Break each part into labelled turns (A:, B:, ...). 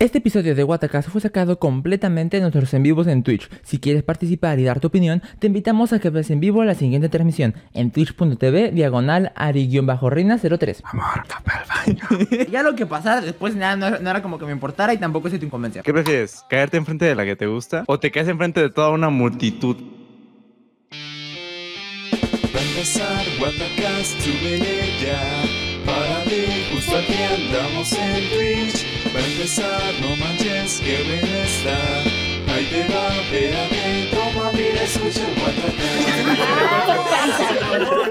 A: Este episodio de Watacaso fue sacado completamente de nuestros en vivos en Twitch. Si quieres participar y dar tu opinión, te invitamos a que veas en vivo la siguiente transmisión en twitch.tv diagonal ari-reina03.
B: Amor,
A: Ya lo que pasara después nada, no, no era como que me importara y tampoco es tu inconveniencia.
B: ¿Qué prefieres? ¿Caerte enfrente de la que te gusta? ¿O te caes enfrente de toda una multitud?
C: Va a empezar Guatacast, súbele ya Para ti, justo aquí andamos en Twitch Va a empezar, no manches, que bien está Ahí te va, espérate, toma, mira, escucha el Guatacast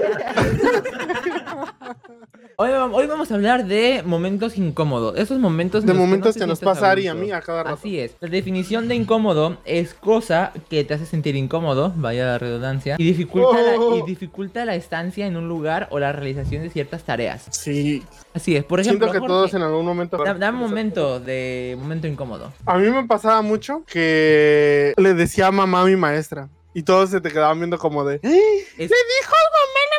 A: Hoy, vam- hoy vamos a hablar de momentos incómodos. Esos momentos... en
D: De
A: los no
D: momentos
A: te
D: que nos
A: sientes
D: pasa a Ari y a
A: gusto.
D: mí a cada rato.
A: Así es. La definición de incómodo es cosa que te hace sentir incómodo, vaya la redundancia, y dificulta, la, y
D: Oh.
A: dificulta la estancia en un lugar o la realización de ciertas tareas.
D: Sí.
A: Así es. Por ejemplo,
D: Siento que
A: Jorge,
D: todos en algún momento.
A: da- dame un momento de momento incómodo.
D: A mí me pasaba mucho que le decía mamá a mi maestra. Y todos se te quedaban viendo como de. "¡Eh!
A: Es-
D: ¡Le dijo mamá a la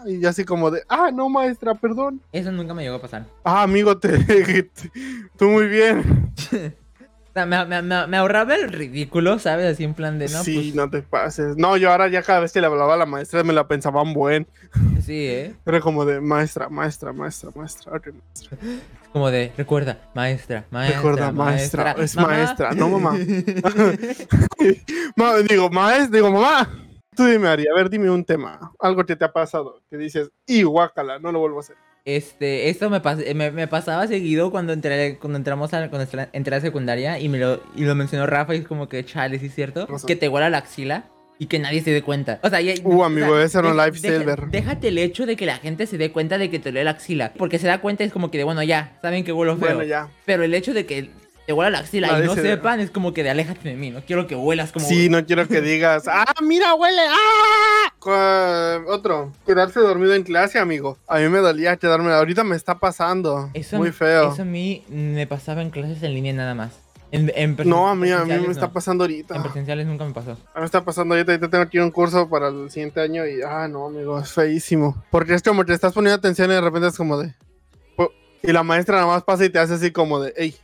D: maestra! Y yo así como de. ¡Ah, no, maestra, perdón!
A: Eso nunca me llegó a pasar.
D: Ah, amigo, te. te- tú muy bien.
A: O sea, me, me- me- me ahorraba el ridículo, ¿sabes? Así en plan de, no,
D: sí,
A: pues,
D: no te pases. No, yo ahora ya cada vez que le hablaba a la maestra me la pensaban buen.
A: sí, ¿eh?
D: Era como de maestra, maestra, maestra, maestra. ok, maestra.
A: Como de, recuerda, maestra, maestra.
D: Recuerda, maestra, es
A: mamá".
D: maestra, no mamá. Ma- digo, maes, digo, mamá. Tú dime, Ari, a ver, dime un tema. Algo que te ha pasado. Que dices, y guácala, no lo vuelvo a hacer.
A: Este, esto me, pas- me, me pasaba seguido cuando entré, cuando entramos a, cuando estra- entré a la secundaria y me lo, y lo mencionó Rafa y es como que, chale, sí es cierto,
D: Razón.
A: que te huela la axila y que nadie se dé cuenta. O sea, ya,
D: Uh,
A: o sea,
D: amigo, ese era un
A: deja-
D: lifesaver.
A: deja- Déjate el hecho de que la gente se dé cuenta de que te huele la axila, porque se da cuenta es como que de, bueno, ya, saben que huelo feo.
D: Bueno, ya.
A: Pero el hecho de que te huela la axila y
D: Nadie
A: no
D: se-
A: sepan es como que de aléjate de mí, no quiero que huelas como...
D: Sí, no quiero que digas, ah, mira, huele, ah. Cu- otro, quedarse dormido en clase, amigo. A mí me dolía quedarme, ahorita me está pasando.
A: Eso,
D: Muy feo.
A: Eso a mí me pasaba en clases en línea nada más. En, en presen-
D: no, a mí, a mí
A: presenciales
D: me está
A: no.
D: pasando ahorita.
A: En presenciales nunca me pasó.
D: A mí me está pasando ahorita, ahorita tengo que ir a un curso para el siguiente año y, ah, no, amigo, es feísimo. Porque es como te estás poniendo atención y de repente es como de... pu- Y la maestra nada más pasa y te hace así como de, ey.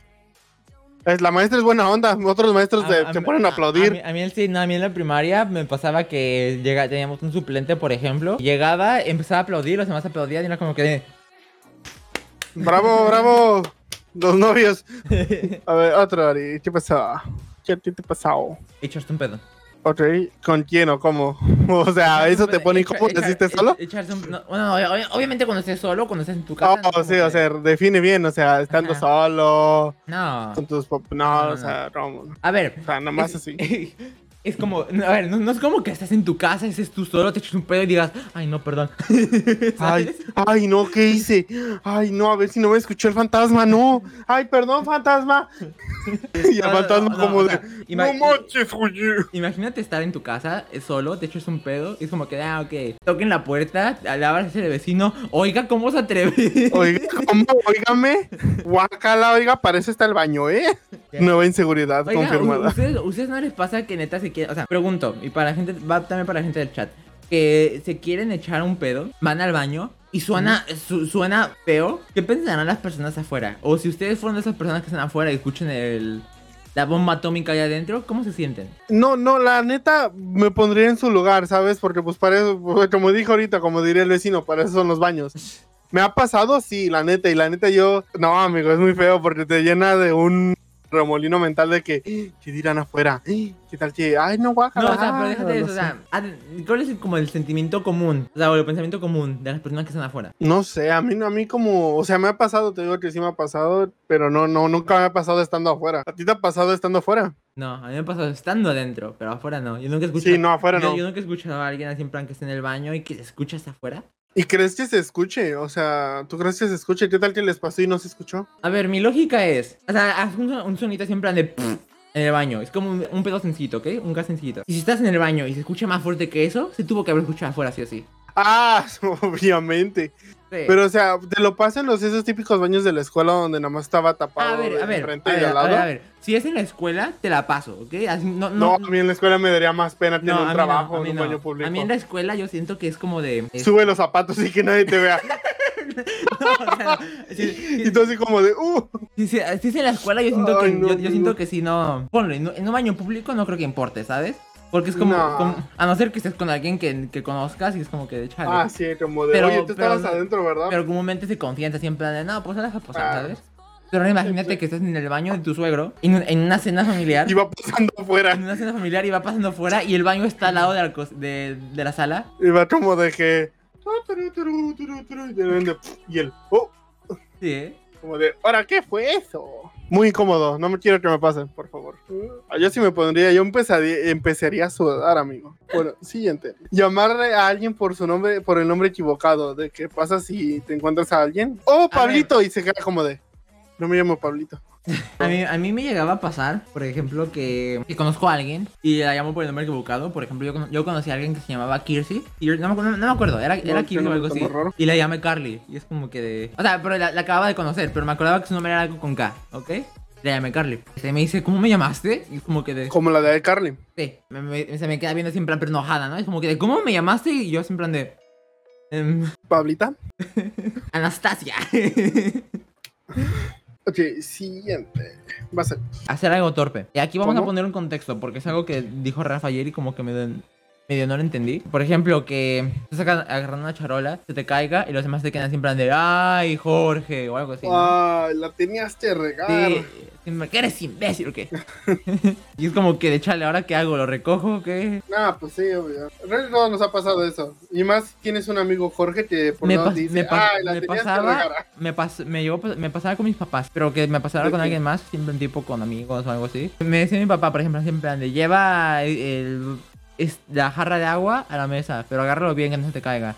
D: Es, la maestra es buena onda, otros maestros te, te
A: mí-
D: ponen a aplaudir.
A: A, mí, a mí el- sí, no, a mí en la primaria me pasaba que llega, teníamos un suplente, por ejemplo. Llegaba, empezaba a aplaudir, los demás aplaudían y era como que...
D: Bravo, bravo. Los novios. A ver, otro, Ari, ¿qué pasaba? ¿Qué a ti te pasó?
A: Echarte un pedo.
D: Ok, ¿con quién o cómo? O sea, Ah, eso te pone
A: Echa-
D: incómodo,
A: echar-
D: ¿deciste
A: echa-
D: solo?
A: echarse un- no, bueno, obvia- obviamente cuando estés solo, cuando estés en tu casa.
D: Oh,
A: no,
D: sí, o sea, define bien, o sea, estando
A: Ajá.
D: solo,
A: No.
D: con tus... pap-
A: No,
D: No,
A: no, no.
D: o sea, no.
A: A ver.
D: O sea, nomás así.
A: Es como, a ver, no, no es como que estás en tu casa, estés tú solo, te echas un pedo y digas, ay, no, perdón.
D: Ay,
A: ¿Sabes?
D: ay, no, ¿qué hice? Ay, no, a ver si no me escuchó el fantasma, no. Ay, perdón, fantasma. Y el
A: No, no,
D: fantasma
A: no, no,
D: como
A: o
D: de.
A: sea, ima-
D: no manches, oye.
A: Imagínate estar en tu casa eh, solo, te echas un pedo, y es como que, ah, ok, toquen la puerta, alabas el vecino, oiga, ¿cómo se atreve?
D: Oiga, ¿cómo? Óigame. Guacala, oiga, parece está el baño, ¿eh?
A: Ya.
D: Nueva inseguridad
A: Oiga, ¿a
D: confirmada.
A: ¿ustedes, ¿ustedes no les pasa que neta se quieren, o sea, pregunto, y para la gente, va también para la gente del chat, que se quieren echar un pedo, van al baño y suena, su- suena feo, ¿qué pensarán las personas afuera? O si ustedes fueron de esas personas que están afuera y escuchan el, la bomba atómica allá adentro, ¿cómo se sienten?
D: No, no, la neta me pondría en su lugar, ¿sabes? Porque pues para eso, pues, como dijo ahorita, como diría el vecino, para eso son los baños. Me ha pasado, sí, la neta, y la neta yo, no, amigo, es muy feo porque te llena de un remolino mental de que, ¿qué dirán afuera? ¿Qué tal que, ay, no, guacala?
A: No, o sea, pero
D: ah,
A: déjate de eso,
D: no
A: o
D: sé.
A: sea, ad- ¿cuál es como el sentimiento común? O sea, o el pensamiento común de las personas que están afuera.
D: No sé, a mí, no- a mí como, o sea, me ha pasado, te digo que sí me ha pasado, pero no, no, nunca me ha pasado estando afuera. ¿A ti te ha pasado estando afuera?
A: No, a mí me ha pasado estando adentro, pero afuera no. Yo nunca he escuchado.
D: Sí, no, afuera
A: yo,
D: no.
A: yo nunca he escuchado a alguien así en plan que esté en el baño y que se escucha hasta afuera.
D: ¿Y crees que se escuche? O sea, ¿tú crees que se escuche? ¿Qué tal que les pasó y no se escuchó?
A: A ver, mi lógica es. O sea, haz un, un sonito así en plan de. pff en el baño. Es como un, un pedo sencillito, ¿ok? Un gas sencillito. Y si estás en el baño y se escucha más fuerte que eso, se tuvo que haber escuchado afuera, sí o sí.
D: Ah, obviamente.
A: Sí.
D: Pero, o sea, te lo pasan los esos típicos baños de la escuela donde nada más estaba tapado.
A: A ver,
D: de
A: a ver,
D: enfrente
A: a
D: y
A: ver,
D: al
A: a ver,
D: lado.
A: a ver. Si es en la escuela, te la paso, ¿ok? Así, no,
D: No,
A: no,
D: a mí en la escuela me daría más pena tener
A: no, a mí
D: un
A: no,
D: trabajo
A: a
D: en
A: mí
D: un
A: no.
D: baño público.
A: A mí en la escuela yo siento que es como de. eh, es-
D: Sube los zapatos y que nadie te vea.
A: o sea, sí, sí,
D: Y tú así como de, uh,
A: sí, sí, así es en la escuela, yo siento
D: Ay,
A: que,
D: no,
A: yo, yo siento
D: no.
A: que si no, ponle, no- en un baño público no creo que importe, ¿sabes? Porque es como,
D: No.
A: como- a no ser que estés con alguien que, que conozcas y es como que de chale.
D: ah, sí, como de,
A: Pero-
D: oye, tú
A: pero-
D: estabas adentro, ¿verdad?
A: Pero comúnmente se confianza así en plan de, no, pues la deja pasar,
D: Ah.
A: ¿sabes? Pero ahora imagínate que estás en el baño de tu suegro, en, un- en una cena familiar.
D: Iba pasando
A: En
D: afuera.
A: una cena familiar y va pasando fuera y el baño está al lado de la, cos- de, de la sala.
D: Iba como de que, "Ah, turu, turu, turu, turu", y de repente, pf, y él, oh,
A: Sí, ¿eh?
D: como de, ¿ahora qué fue eso? Muy incómodo, no me quiero que me pasen, por favor. Ah, Yo sí me pondría, yo empezadi- empezaría a sudar, amigo. Bueno, siguiente. Llamarle a alguien por su nombre, por el nombre equivocado, de qué pasa si te encuentras a alguien. Oh, Pablito, y se queda como de, no me llamo Pablito.
A: A mí, a mí me llegaba a pasar, por ejemplo, que, que conozco a alguien y la llamo por el nombre equivocado. Por ejemplo, yo, cono- yo conocí a alguien que se llamaba Kirsty. Y yo no, me acu- no- no me acuerdo, era, era
D: No,
A: Kirsty o
D: suena
A: algo así.
D: como raro.
A: Y la llamé Carly. Y es como que de. O sea, pero la, la acababa de conocer, pero me acordaba que su nombre era algo con K, ¿ok? La llamé Carly. Se me dice, ¿cómo me llamaste? Y es como que de.
D: Como la de Carly.
A: Sí, me- me- se me queda viendo así en plan, pero enojada, ¿no? Es como que de, ¿cómo me llamaste? Y yo así en plan de. em,
D: Pablita.
A: Anastasia.
D: Ok, siguiente. Va a ser.
A: Hacer algo torpe. Y aquí vamos a
D: ¿Cómo?
A: poner un contexto, porque es algo que dijo Rafa ayer y como que medio, medio no lo entendí. Por ejemplo, que estás agar- agarrando una charola, se te caiga y los demás te quedan siempre en plan de, ay, Jorge, o algo así. ¿no?
D: Ay, la tenías que regar.
A: Sí, siempre, que eres imbécil o qué. y es como que de chale, ¿ahora qué hago? ¿Lo recojo o qué?
D: Ah, pues sí, obvio. En realidad todos nos ha pasado eso. Y más tienes un amigo Jorge que por
A: me,
D: nada
A: pas-
D: te dice,
A: me pas-
D: ay, la
A: me
D: tenías que
A: pasaba
D: regar.
A: me, pas- me, llevó- me pasaba con mis papás pero que me pasara
D: ¿De
A: con
D: qué?
A: alguien más siempre un tipo con amigos o algo así me decía mi papá por ejemplo siempre en plan de lleva el- es- la jarra de agua a la mesa pero agárralo bien que no se te caiga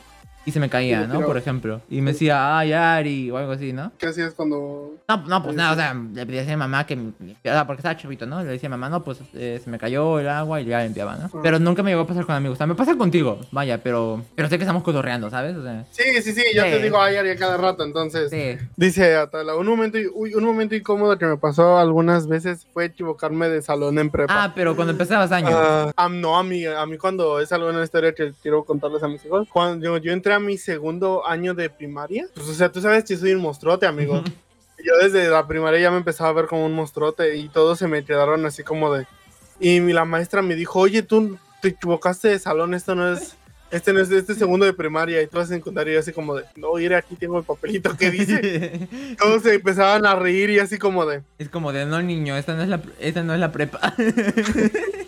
A: y se me caía
D: Sí,
A: no
D: pero-
A: por ejemplo y me decía ay Ari o algo así no
D: ¿Qué hacías cuando
A: no, no, pues nada, o sea, le pedí a mi mamá que... O sea, porque estaba chavito, ¿no? Le decía a mamá, no, pues eh, se me cayó el agua y ya limpiaba,
D: Ah.
A: ¿no? Pero nunca me llegó a pasar con amigos. O sea, me pasa contigo, vaya, pero... Pero sé que estamos cotorreando, ¿sabes? O sea,
D: Sí, sí, sí, yo
A: Sí.
D: te digo ay, Ari a cada rato, entonces.
A: sí.
D: Dice Atala, un momento, y- uy, un momento incómodo que me pasó algunas veces fue equivocarme de salón en prepa.
A: Ah, pero cuando empezabas años.
D: Ah, am- no, a mí, a mí cuando es alguna historia que quiero contarles a mis hijos, cuando yo, yo entré a mi segundo año de primaria, pues o sea, tú sabes que soy un monstruote, amigo. yo desde la primaria ya me empezaba a ver como un monstruote y todos se me quedaron así como de... Y mi- la maestra me dijo, oye, tú te equivocaste de salón, esto no es... Este no es este es segundo de primaria y tú vas en secundaria y yo así como de, no, ir aquí tengo el papelito que dice. Todos se empezaban a reír y así como de,
A: es como de no niño, esta no es la, esta no es la prepa.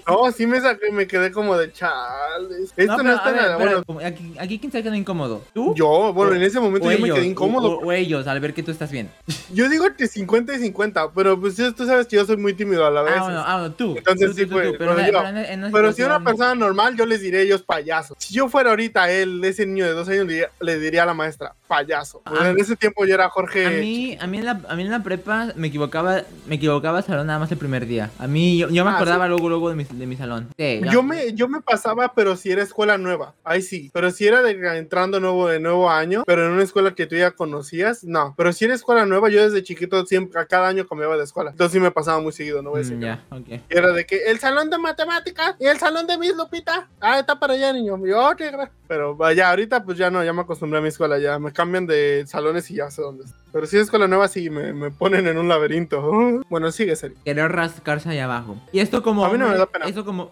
D: no, sí me saqué, me quedé como de, chales. Esto no,
A: pero,
D: está
A: a ver,
D: nada bueno.
A: espera, como- aquí, aquí quién se queda incómodo. ¿Tú?
D: Yo, bueno,
A: O-
D: en ese momento
A: o
D: yo me
A: ellos,
D: quedé incómodo.
A: O, o ellos, al ver que tú estás bien.
D: Yo digo que 50 y 50, pero pues tú sabes que yo soy muy tímido a la vez.
A: Ah, bueno, ah, pues, bueno, tú.
D: Entonces
A: tú,
D: sí
A: tú, tú,
D: fue,
A: tú, Pero,
D: pero
A: la-
D: yo-
A: pero en- en
D: Pero si una
A: situación-
D: persona normal, yo les diré ellos payaso. Si yo fuera ahorita él, ese niño de dos años, le diría, le diría a la maestra, payaso. Porque
A: Ah.
D: en ese tiempo yo era
A: A
D: Jorge.
A: mí, a, mí en la, a mí en la prepa me equivocaba, me equivocaba salón nada más el primer día. A mí, yo, yo me
D: Ah,
A: acordaba luego, luego de mi, de mi salón. Sí, ya.
D: Yo me, yo me pasaba, pero si era escuela nueva, ahí sí. Pero si era de- entrando nuevo de nuevo año, pero en una escuela que tú ya conocías, no. Pero si era escuela nueva, yo desde chiquito siempre, a cada año cambiaba de escuela. Entonces sí me pasaba muy seguido, no voy a decir.
A: Mm,
D: que no.
A: Ya, ok.
D: Y era de que el salón de matemáticas y el salón de Miss Lupita. Ah, está para allá, niño. Y Yo, "Oh, qué gra-". Pero vaya, ahorita pues ya no, ya me acostumbré a mi escuela, ya me cambian de salones y ya sé dónde. es. Pero si es escuela nueva, sí, me, me ponen en un laberinto. Bueno, sigue serio.
A: Querer rascarse ahí abajo. Y esto como...
D: A mí no me da pena.
A: Eso como...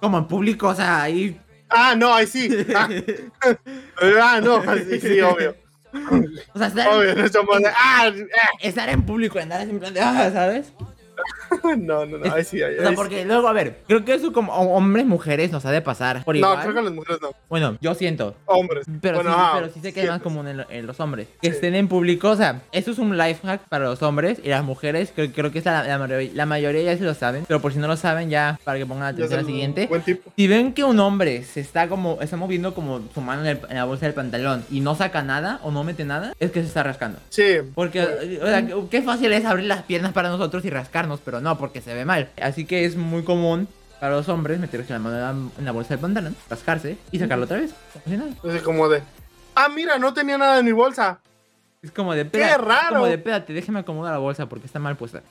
A: Como en público, o sea, ahí...
D: Ah, no, ahí sí. Ah, ah, no, sí, sí, obvio.
A: O sea, estar,
D: Obvio, no estamos de- Ah, eh.
A: estar en público, andar en plan de, ah, ¿sabes?
D: No, no, no, ahí sí, ahí,
A: O sea,
D: ahí sí.
A: porque luego, a ver, creo que eso como hom- hombres, mujeres nos ha de pasar por
D: No,
A: igual.
D: creo que las mujeres no.
A: Bueno, yo siento.
D: Hombres.
A: Pero,
D: bueno,
A: sí,
D: ah,
A: pero sí sé que es más
D: siempre.
A: común en, lo- en los hombres. Que estén en público, o sea, eso es un life hack para los hombres y las mujeres, creo, creo que es la, la mayoría- la mayoría ya se lo saben, pero por si no lo saben, ya para que pongan
D: Ya
A: atención al
D: son un
A: siguiente.
D: Buen tipo.
A: Si ven que un hombre se está como, está moviendo como su mano en, el- en la bolsa del pantalón y no saca nada o no mete nada, es que se está rascando.
D: Sí.
A: Porque,
D: Pues,
A: eh, o sea,
D: mm.
A: qué- qué fácil es abrir las piernas para nosotros y rascarnos, pero no, porque se ve mal. Así que es muy común para los hombres meterse la mano en la, en la bolsa del pantalón, rascarse y sacarlo otra vez. Como si nada.
D: Entonces como de... Ah, mira, no tenía nada en mi bolsa.
A: Es como de peda.
D: raro!
A: Como de peda, te déjame acomodar la bolsa porque está mal puesta.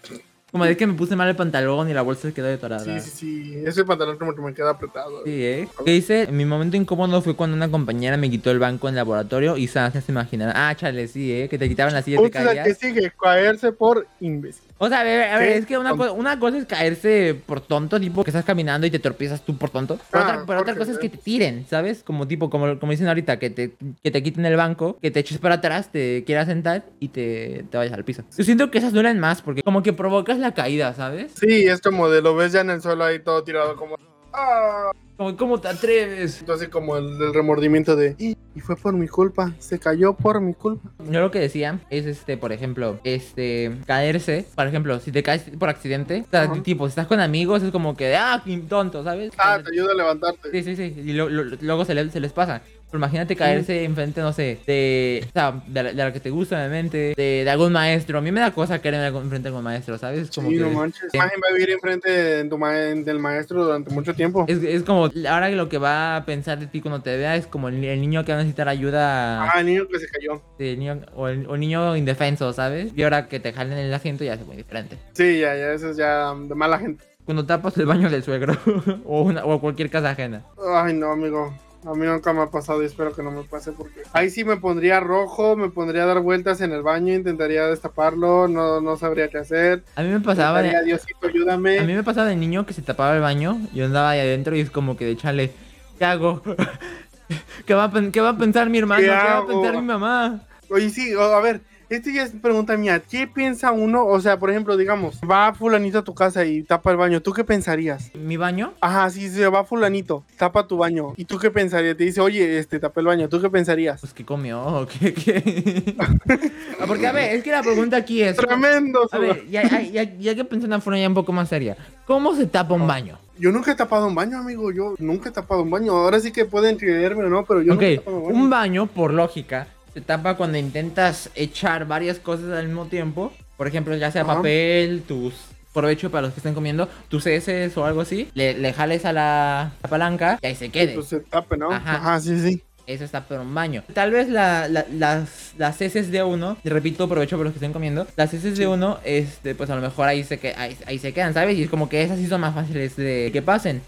A: Como de que me puse mal el pantalón y la bolsa se quedó detorada.
D: Sí, sí, sí. Ese pantalón como que me queda apretado.
A: Sí, ¿eh? ¿Qué dice? Mi momento incómodo fue cuando una compañera me quitó el banco en el laboratorio y se se imaginar. Ah, chale, sí, ¿eh? Que te quitaban la silla y te
D: O sea,
A: caías.
D: que pues, sigue caerse por imbécil.
A: O sea, a ver, a ver,
D: Sí.
A: es que una, co- una cosa es caerse por tonto, tipo que estás caminando y te torpiezas tú por tonto. Pero,
D: Ah,
A: otra, pero otra
D: porque,
A: cosa es que te tiren, ¿sabes? Como tipo, como, como dicen ahorita, que te, que te quiten el banco, que te eches para atrás, te quieras sentar y te, te vayas al piso. Yo siento que esas duelen más porque como que provocas la caída, ¿sabes?
D: Sí, es como de lo ves ya en el suelo ahí todo tirado como "Ah".
A: Como, ¿cómo te atreves?
D: entonces como el, el remordimiento de "Y- y fue por mi culpa, se cayó por mi culpa.
A: Yo lo que decía es, este, por ejemplo, este, caerse. Por ejemplo, si te caes por accidente, o sea,
D: Ajá.
A: tipo, si estás con amigos, es como que, ah, qué tonto, ¿sabes?
D: Ah, te ayuda a levantarte.
A: Sí, sí, sí. Y lo- lo- lo- luego se, le- se les pasa. Pero imagínate caerse enfrente, no sé, de, o sea, de, la, de la que te gusta, obviamente, de, de algún maestro. A mí me da cosa caer en algún- enfrente de algún maestro, ¿sabes? Como
D: Sí,
A: que
D: no manches.
A: Sí.
D: Alguien va a vivir enfrente de tu ma- del maestro durante mucho tiempo.
A: es, es como, ahora lo que va a pensar de ti cuando te vea es como el, el niño que va a necesitar ayuda, este,
D: Ah, el niño que se cayó.
A: el niño, o, el, o el niño indefenso, ¿sabes? Y ahora que te jalen el asiento ya es muy diferente.
D: Sí, ya, ya, eso es ya de mala gente.
A: Cuando tapas el baño del suegro o, una- o cualquier casa ajena.
D: Ay, no, amigo. A mí nunca me ha pasado y espero que no me pase porque ahí sí me pondría rojo, me pondría a dar vueltas en el baño, intentaría destaparlo, no, no sabría qué hacer.
A: Pues, A mí me pasaba... de-
D: Gritaría, Diosito, ayúdame.
A: A mí me pasaba de niño que se tapaba el baño, yo andaba ahí adentro y es como que de chale, ¿qué hago? ¿Qué va a, pen- qué va a pensar mi hermano?
D: ¿Qué
A: ¿Qué, va a
D: hago?
A: pensar mi mamá?
D: Oye, sí, o- a ver, esto ya es pregunta mía. ¿Qué piensa uno? O sea, por ejemplo, digamos, va fulanito a tu casa y tapa el baño. ¿Tú qué pensarías?
A: ¿Mi baño?
D: Ajá, sí, se va fulanito, tapa tu baño. ¿Y tú qué pensarías? Te dice, oye, este, tapa el baño. ¿Tú qué pensarías?
A: Pues que comió, ¿O ¿qué, qué? Ah, Porque a ver, es que la pregunta aquí es...
D: Tremendo.
A: A ver, ya, ya- ya- ya que pensé de una forma ya un poco más seria, ¿cómo se tapa
D: Oh.
A: un baño?
D: Yo nunca he tapado un baño, amigo. Yo nunca he tapado un baño. Ahora sí que pueden creerme o no, pero yo
A: ok,
D: nunca he tapado un baño.
A: un baño, por lógica, se tapa cuando intentas echar varias cosas al mismo tiempo. Por ejemplo, ya sea
D: Ajá.
A: papel, tus. Provecho para los que estén comiendo, tus heces o algo así. Le, le jales a la, la palanca y ahí se quede.
D: Pues se tape, ¿no?
A: Ajá.
D: Ajá, sí, sí.
A: Eso está por un baño. Tal vez la- la- las, las heces de uno, y repito, provecho para los que estén comiendo, las heces de uno, este, pues a lo mejor ahí se, que, ahí, ahí se quedan, ¿sabes? Y es como que esas sí son más fáciles de que pasen.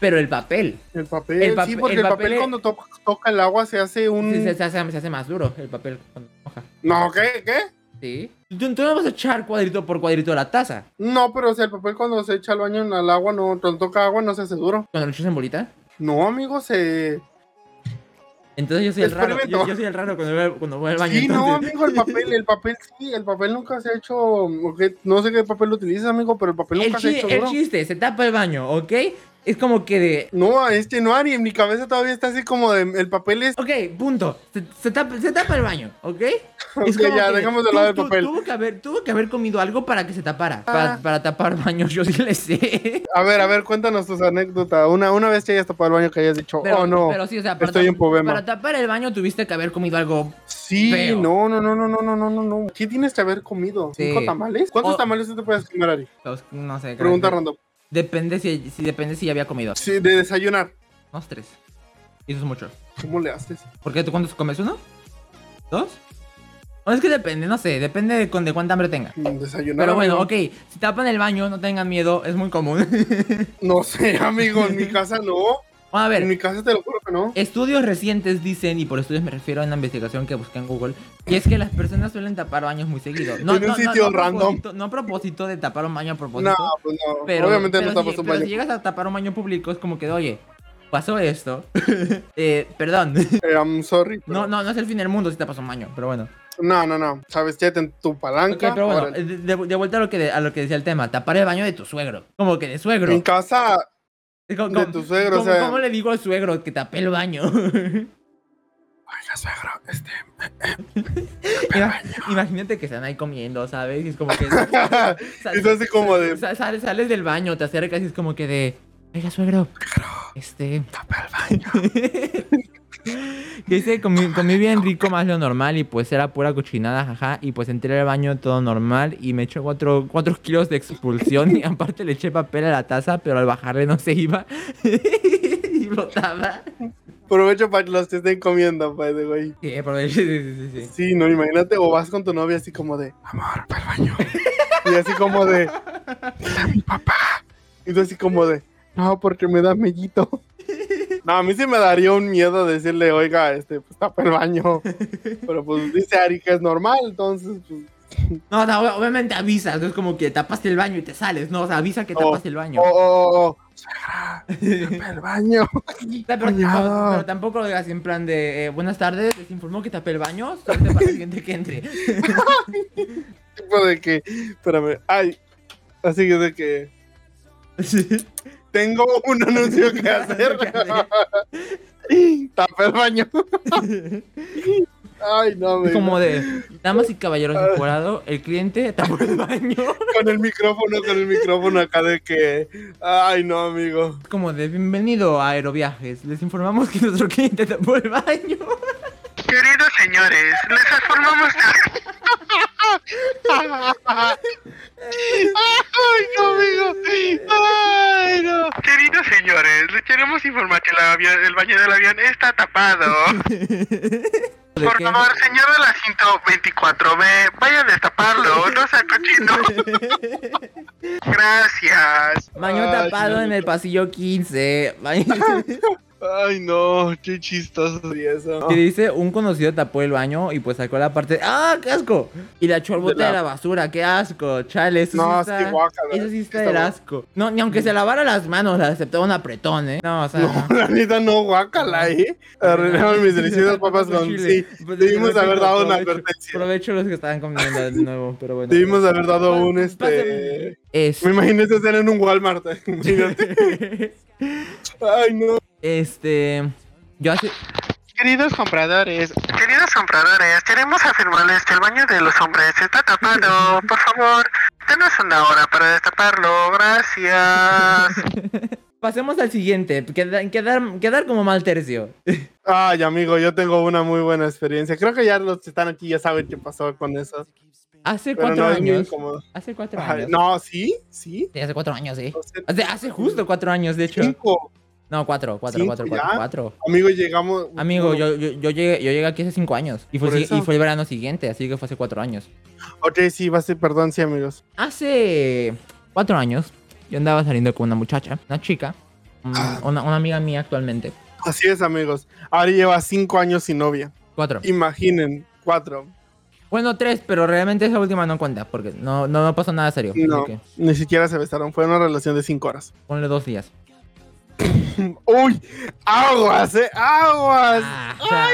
A: Pero el papel,
D: El papel.
A: El pap-
D: sí, porque
A: el
D: el papel,
A: papel-
D: cuando to- toca el agua se hace un.
A: se, se- se hace, se hace más duro, el papel cuando moja.
D: No, ¿qué? ¿Qué?
A: Sí. Tú, tú no vas a echar cuadrito por cuadrito a la taza.
D: No, pero o sea, el papel cuando se echa al baño en el agua, no, cuando toca agua no se hace duro.
A: Cuando lo echas en bolita.
D: No, amigo, se.
A: Entonces yo soy el raro.
D: Experimento.
A: Yo, yo soy el raro cuando voy, cuando voy al baño.
D: Sí, no,
A: entonces.
D: amigo, el papel, el papel sí, el papel nunca se ha hecho. o qué- No sé qué papel utilizas, amigo, pero el papel
A: El,
D: nunca se ha
A: chi-
D: hecho
A: el
D: duro.
A: chiste, se tapa el baño, ¿ok? Es como que de.
D: No, este no, Ari, en mi cabeza todavía está así como de. El papel es.
A: Ok, punto. Se, se tapa, se tapa el baño, ¿ok?
D: Ok, ya, dejamos de
A: tú-
D: lado el
A: tú-
D: papel. Ah.
A: Tuvo que, haber, tuvo que haber comido algo para que se tapara. Para, para tapar baños, yo sí le sé.
D: A ver, a ver, cuéntanos tus anécdotas. Una, una vez que hayas tapado el baño que hayas dicho,
A: Pero,
D: oh no.
A: pero sí, o sea, para,
D: estoy en problema.
A: para tapar el baño tuviste que haber comido algo.
D: Sí,
A: Feo.
D: no, no, no, no, no, no, no, no, no. ¿Qué tienes que haber comido?
A: Sí. Oh.
D: ¿Cinco tamales? ¿Cuántos
A: O-
D: tamales tú te puedes comer, Ari?
A: pues, No sé. creo
D: Pregunta
A: que-
D: random.
A: Depende si, si, depende si ya había comido.
D: Sí, de desayunar.
A: Unos tres. Y eso es mucho.
D: ¿Cómo le haces?
A: ¿Por qué tú cuántos comes? ¿Uno? ¿Dos? No, es que depende, no sé, depende de, con- de cuánta hambre tenga.
D: Mm, Desayunar.
A: Pero bueno,
D: amigo.
A: ok, si tapan el baño, no tengan miedo, es muy común.
D: No sé, amigo, en mi casa no.
A: a ver,
D: En mi casa te lo juro que no.
A: Estudios recientes dicen, y por estudios me refiero a una investigación que busqué en Google, y es que las personas suelen tapar baños muy seguido. No,
D: En
A: no,
D: un
A: no,
D: sitio
A: no a
D: random.
A: propósito- No a propósito de tapar un baño a propósito.
D: no, pues no.
A: pero,
D: Obviamente
A: pero
D: no
A: si,
D: tapas un
A: pero
D: baño.
A: si llegas a tapar un baño público, es como que, oye, pasó esto. Eh, perdón.
D: Eh, I'm sorry. pero-
A: No, no, no es el fin del mundo si tapas un baño, pero bueno.
D: no, no, no. Sabes, ya en tu
A: Ok,
D: palanca.
A: pero bueno, eh,
D: órale.
A: de, de- de vuelta a lo, que de- a lo que decía el tema, tapar el baño de tu suegro. Como que de suegro.
D: En casa,
A: Es como-
D: de
A: como-
D: tu suegro, o
A: como-
D: sea-
A: ¿Cómo le digo al suegro que tapé el baño?
D: Oiga, suegro, este.
A: Ima- Imagínate que están ahí comiendo, ¿sabes? Y es como que. Sal-
D: Es así como de.
A: sa- sal- sales del baño, te acercas y es como que de. Oiga, suegro. Este. Que dice, comí, comí bien rico más lo normal y pues era pura cochinada, jaja. Y pues entré al baño todo normal y me echó cuatro, cuatro kilos de expulsión. Y aparte le eché papel a la taza, pero al bajarle no se iba. y flotaba.
D: Aprovecho para que los te estén comiendo, pues, de güey.
A: Sí, aproveché, sí, sí, sí, sí.
D: Sí, no, imagínate, o vas con tu novia así como de, amor, para el baño. Y así como de, está mi papá. Y tú así como de, no, porque me da mellito. No, a mí sí me daría un miedo decirle, oiga, este, pues tapa el baño. Pero pues dice Ari que es normal, entonces, pues,
A: No, no, ob- obviamente avisas, no es como que tapaste el baño y te sales, no, o sea, avisa que
D: Oh,
A: tapaste el baño.
D: oh, oh, oh, suegra, tapa el baño.
A: O sea, pero,
D: Cuñado.
A: pero tampoco lo digas en plan de eh, buenas tardes, les informó que tapé el baño, suerte para la gente que entre.
D: Tipo de que, espérame, ay, así que de que, tengo un anuncio que hacer.
A: Que hacer.
D: Tapé el baño. Ay, no,
A: Es
D: me
A: como de damas y caballeros del jurado, el cliente tapó el baño.
D: con el micrófono, con el micrófono acá de que. Ay, no, amigo.
A: Es como de bienvenido a Aeroviajes, les informamos que nuestro cliente tapó el baño.
E: Queridos señores, les informamos
D: Ay, no, amigo. Ay, no.
E: Queridos señores, les queremos informar que el, avión- el baño del avión está tapado.
A: ¿De
E: Por
A: qué?
E: favor, señor de la 124B, vaya a destaparlo, no sea cochino. Gracias.
A: Baño
D: Ay,
A: tapado en el pasillo 15. Baño-
D: Ay, no. Qué chistoso y eso.
A: Que dice, un conocido tapó el baño y pues sacó la parte... ¡Ah, qué asco! Y la echó al bote de
D: De
A: la,
D: la-
A: basura, qué asco. Chale, eso
D: No,
A: sí
D: sí,
A: está...
D: guácala,
A: eso sí
D: sí
A: está
D: está
A: del
D: guá-
A: asco. No, ni aunque se lavara las manos, la aceptaba un apretón, ¿eh? No, o sea...
D: No, la neta no, guácala, eh. Arruinaron mis deliciosas papas con. Sí,
A: chile. Pues,
D: debimos
A: aprovecho-
D: haber dado una
A: aprovecho-
D: advertencia.
A: Aprovecho los que estaban comiendo de nuevo, pero bueno.
D: Debimos haber dado un
A: Pásame.
D: este.
A: Es-
D: Me imagino que estar en un Walmart. imagínate. Ay, no.
A: este... Yo hace...
E: Queridos compradores. Queridos compradores, queremos afirmarles que el baño de los hombres está tapado. Por favor, denos una hora para destaparlo. Gracias.
A: Pasemos al siguiente, quedar, quedar, quedar como mal tercio.
D: Ay, amigo, yo tengo una muy buena experiencia. Creo que ya los que están aquí ya saben qué pasó con eso.
A: Hace
D: Pero
A: cuatro
D: no es muy
A: años.
D: incómodo.
A: Hace cuatro
D: Ay,
A: años.
D: No, sí, sí.
A: Sí, hace cuatro años, sí.
D: O sea,
A: Hace, hace justo cuatro años, de hecho.
D: cinco.
A: No, cuatro, cuatro,
D: Cinco
A: cuatro, cuatro,
D: ya.
A: cuatro.
D: Amigo, llegamos.
A: Amigo, yo, yo, yo llegué, yo llegué aquí hace cinco años. Y fue,
D: Por
A: el si-
D: eso.
A: y fue el verano siguiente, así que fue hace cuatro años.
D: Ok, sí, va a ser, perdón, sí, amigos.
A: Hace cuatro años, yo andaba saliendo con una muchacha, una chica, un-
D: Ah.
A: una, una amiga mía actualmente.
D: Así es, amigos. Ahora lleva cinco años sin novia.
A: Cuatro.
D: Imaginen, cuatro.
A: Bueno, tres, pero realmente esa última no cuenta, porque no, no, no pasó nada serio.
D: No,
A: así que
D: ni siquiera se besaron. Fue una relación de cinco horas.
A: ponle dos días.
D: Uy, aguas, eh, aguas.
A: Ah, o sea,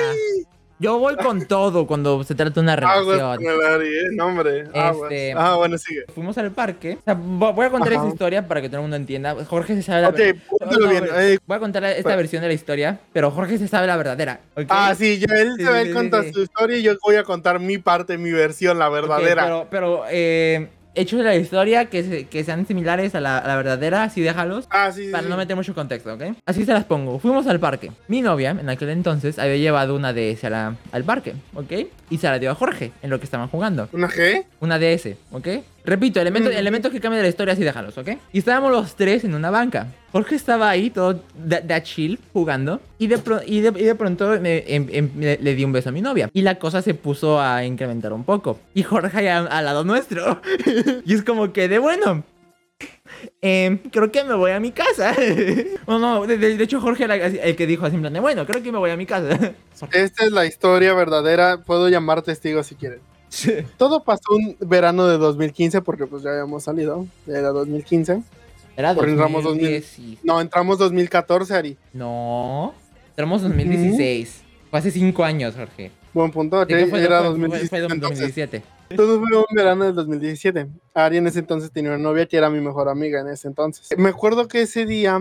A: yo voy con todo cuando se trata de una
D: Aguas,
A: relación.
D: con el Ari, eh, no, hombre, aguas.
A: Este-
D: Ah, bueno, sigue.
A: Fuimos al parque. O sea, vo- voy a contar
D: Ajá.
A: esa historia para que todo el mundo entienda. Jorge se sabe la
D: Ok,
A: verdad-
D: cuéntalo
A: No,
D: bien.
A: güey.
D: eh,
A: Voy a contar esta
D: Bueno.
A: versión de la historia, pero Jorge se sabe la verdadera. ¿ok?
D: Ah, sí, yo, él,
A: Sí,
D: se-
A: sí,
D: él
A: sí,
D: cuenta
A: sí.
D: su historia y yo voy a contar mi parte, mi versión, la
A: Ok,
D: verdadera.
A: pero pero eh, hechos de la historia que, se- que sean similares a la, a la verdadera, así déjalos.
D: Ah, sí, sí,
A: Para
D: sí.
A: no meter mucho contexto, ¿ok? Así se las pongo. Fuimos al parque. Mi novia, en aquel entonces, había llevado una DS a la- al parque, ¿ok? Y se la dio a Jorge, en lo que estaban jugando.
D: ¿Una G?
A: Una DS, ¿ok? Repito, elementos,
D: Mm.
A: elementos que cambian de la historia, así déjalos, ¿ok? Y estábamos los tres en una banca. Jorge estaba ahí, todo da, da chill, jugando. Y de, pro- y de, y de pronto me- em- em- le, le di un beso a mi novia. Y la cosa se puso a incrementar un poco. Y Jorge ahí al, al lado nuestro. y es como que de bueno. em, creo que me voy a mi casa. no, no, de, de- de hecho Jorge era el que dijo así en plan de, bueno, creo que me voy a mi casa.
D: Esta es la historia verdadera. Puedo llamar testigo si quieren. Todo pasó un verano de 2015 porque pues ya habíamos salido. ya Era 2015.
A: Era
D: Por el Ramos 2000.
A: 2016.
D: No, entramos 2014, Ari.
A: No. Entramos en 2016. Fue hace 5 años, Jorge.
D: Buen punto. ok,
A: ¿De qué fue?
D: Era
A: Fue-
D: 2017.
A: Fue, fue
D: entonces.
A: 2017.
D: Todo fue un verano del 2017. Ari en ese entonces tenía una novia que era mi mejor amiga en ese entonces. Me acuerdo que ese día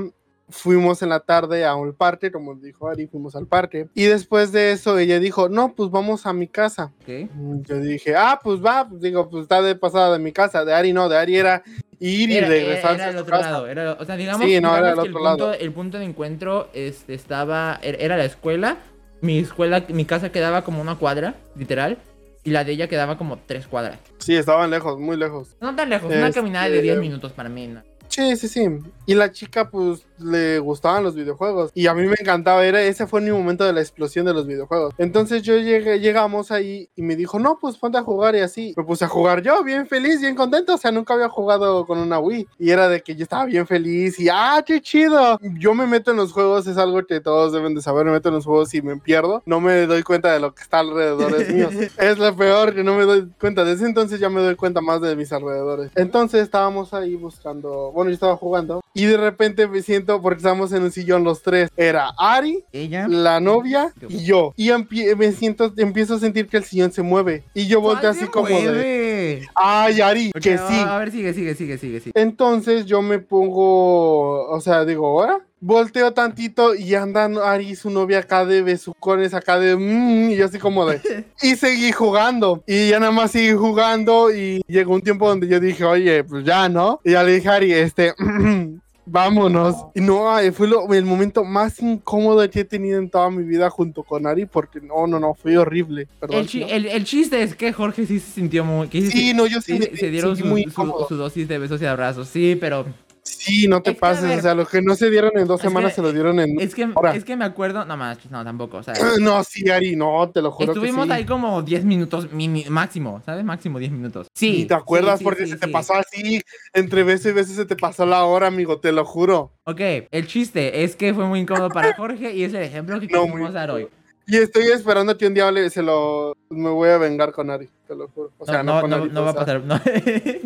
D: fuimos en la tarde a un parque, como dijo Ari, fuimos al parque. Y después de eso ella dijo, no, pues vamos a mi casa.
A: Ok.
D: Mm, Yo dije, ah, pues va, pues digo, pues está de pasada de mi casa. De Ari no, de Ari era ir y
A: Era, era-
D: regresar.
A: era el
D: a su
A: otro
D: casa.
A: lado. era- o sea, digamos,
D: Sí, no,
A: digamos
D: era el
A: que
D: otro
A: el, punto,
D: lado.
A: el punto de encuentro este, estaba. er- Era la escuela. Mi escuela, mi casa quedaba como una cuadra, literal. Y la de ella quedaba como tres cuadras.
D: Sí, estaban lejos, muy lejos.
A: No tan lejos, una
D: Este-
A: caminada de 10 minutos para mí. ¿no?
D: Sí, sí, sí. Y la chica, pues, le gustaban los videojuegos. Y a mí me encantaba. Era, ese fue mi momento de la explosión de los videojuegos. Entonces yo llegué, llegamos ahí y me dijo, no, pues ponte a jugar y así. Me puse a jugar yo, bien feliz, bien contento. O sea, nunca había jugado con una Wii. Y era de que yo estaba bien feliz y, ah, qué chido. Yo me meto en los juegos, es algo que todos deben de saber. Me meto en los juegos y me pierdo. No me doy cuenta de lo que está alrededor es mío. Es lo peor, que no me doy cuenta. Desde entonces ya me doy cuenta más de mis alrededores. Entonces estábamos ahí buscando, bueno, yo estaba jugando y de repente me siento, porque estábamos en un sillón los tres, era Ari,
A: Ella.
D: la novia y yo. Y empie- me siento, empiezo a sentir que el sillón se mueve. Y yo volteo así como de,
A: de...
D: ay, Ari, que sí.
A: A ver, sigue, sigue, sigue, sigue, sigue.
D: Entonces yo me pongo, o sea, digo, ahora volteo tantito y andan Ari y su novia acá de besucones, acá de mmm, y yo así como de. Y seguí jugando. Y ya nada más seguí jugando. Y llegó un tiempo donde yo dije, oye, pues ya, ¿no? Y ya le dije a Ari, este. Vámonos. Y no, ay, fue lo- el momento más incómodo que he tenido en toda mi vida junto con Ari, porque no, no, no, fue horrible. Perdón.
A: El, chi-
D: ¿no?
A: el- el chiste es que Jorge sí se sintió muy... que sí se-
D: Sí, no, yo sí,
A: sí,
D: me
A: se dieron
D: sentí
A: su,
D: muy
A: su-
D: incómodo.
A: su dosis de besos y abrazos, sí, pero
D: Sí, no te
A: Es que, a
D: pases,
A: ver,
D: o sea, lo que no se dieron en dos
A: es que-
D: semanas se lo dieron en...
A: es que,
D: Mm, Ahora.
A: es que me acuerdo, no más, no, tampoco, o sea,
D: No, sí, Ari, no, te lo juro
A: estuvimos
D: que sí.
A: ahí como 10 minutos mini- máximo, ¿sabes? Máximo 10 minutos. Sí.
D: ¿Y te acuerdas?
A: sí, sí,
D: porque
A: sí,
D: se te
A: sí.
D: pasó así, entre veces y veces se te pasó la hora, amigo, te lo juro.
A: Ok, el chiste es que fue muy incómodo para Jorge y es el ejemplo que
D: No, muy
A: quisimos dar hoy.
D: Y estoy esperando que un día le- se lo... Me voy a vengar con Ari, te lo juro. O sea, no,
A: no,
D: con
A: no,
D: Ari,
A: no
D: o
A: va a
D: sea,
A: pasar, no,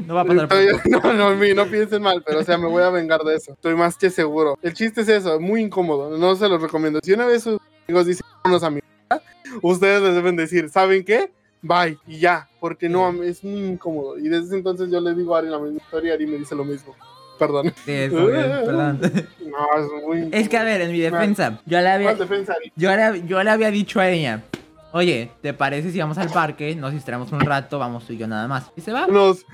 A: no va a pasar.
D: estoy- No, no, mi- no piensen mal, pero o sea, me voy a vengar de eso. Estoy más que seguro. El chiste es eso, muy incómodo. No se los recomiendo. Si una vez sus amigos dicen unos amigos, ustedes les deben decir, ¿saben qué? Bye, y ya. Porque no, am- es muy incómodo. Y desde ese entonces yo le digo a Ari la misma historia y Ari me dice lo mismo. Perdón.
A: Sí, es como que- perdón.
D: No, es muy incómodo.
A: Es que a ver, en mi defensa, yo le había,
D: Más defensa, Ari.
A: yo le, yo le había dicho a ella, oye, ¿te parece si vamos al parque? Nos distraemos un rato, vamos tú y yo nada más. Y se va.
D: Nos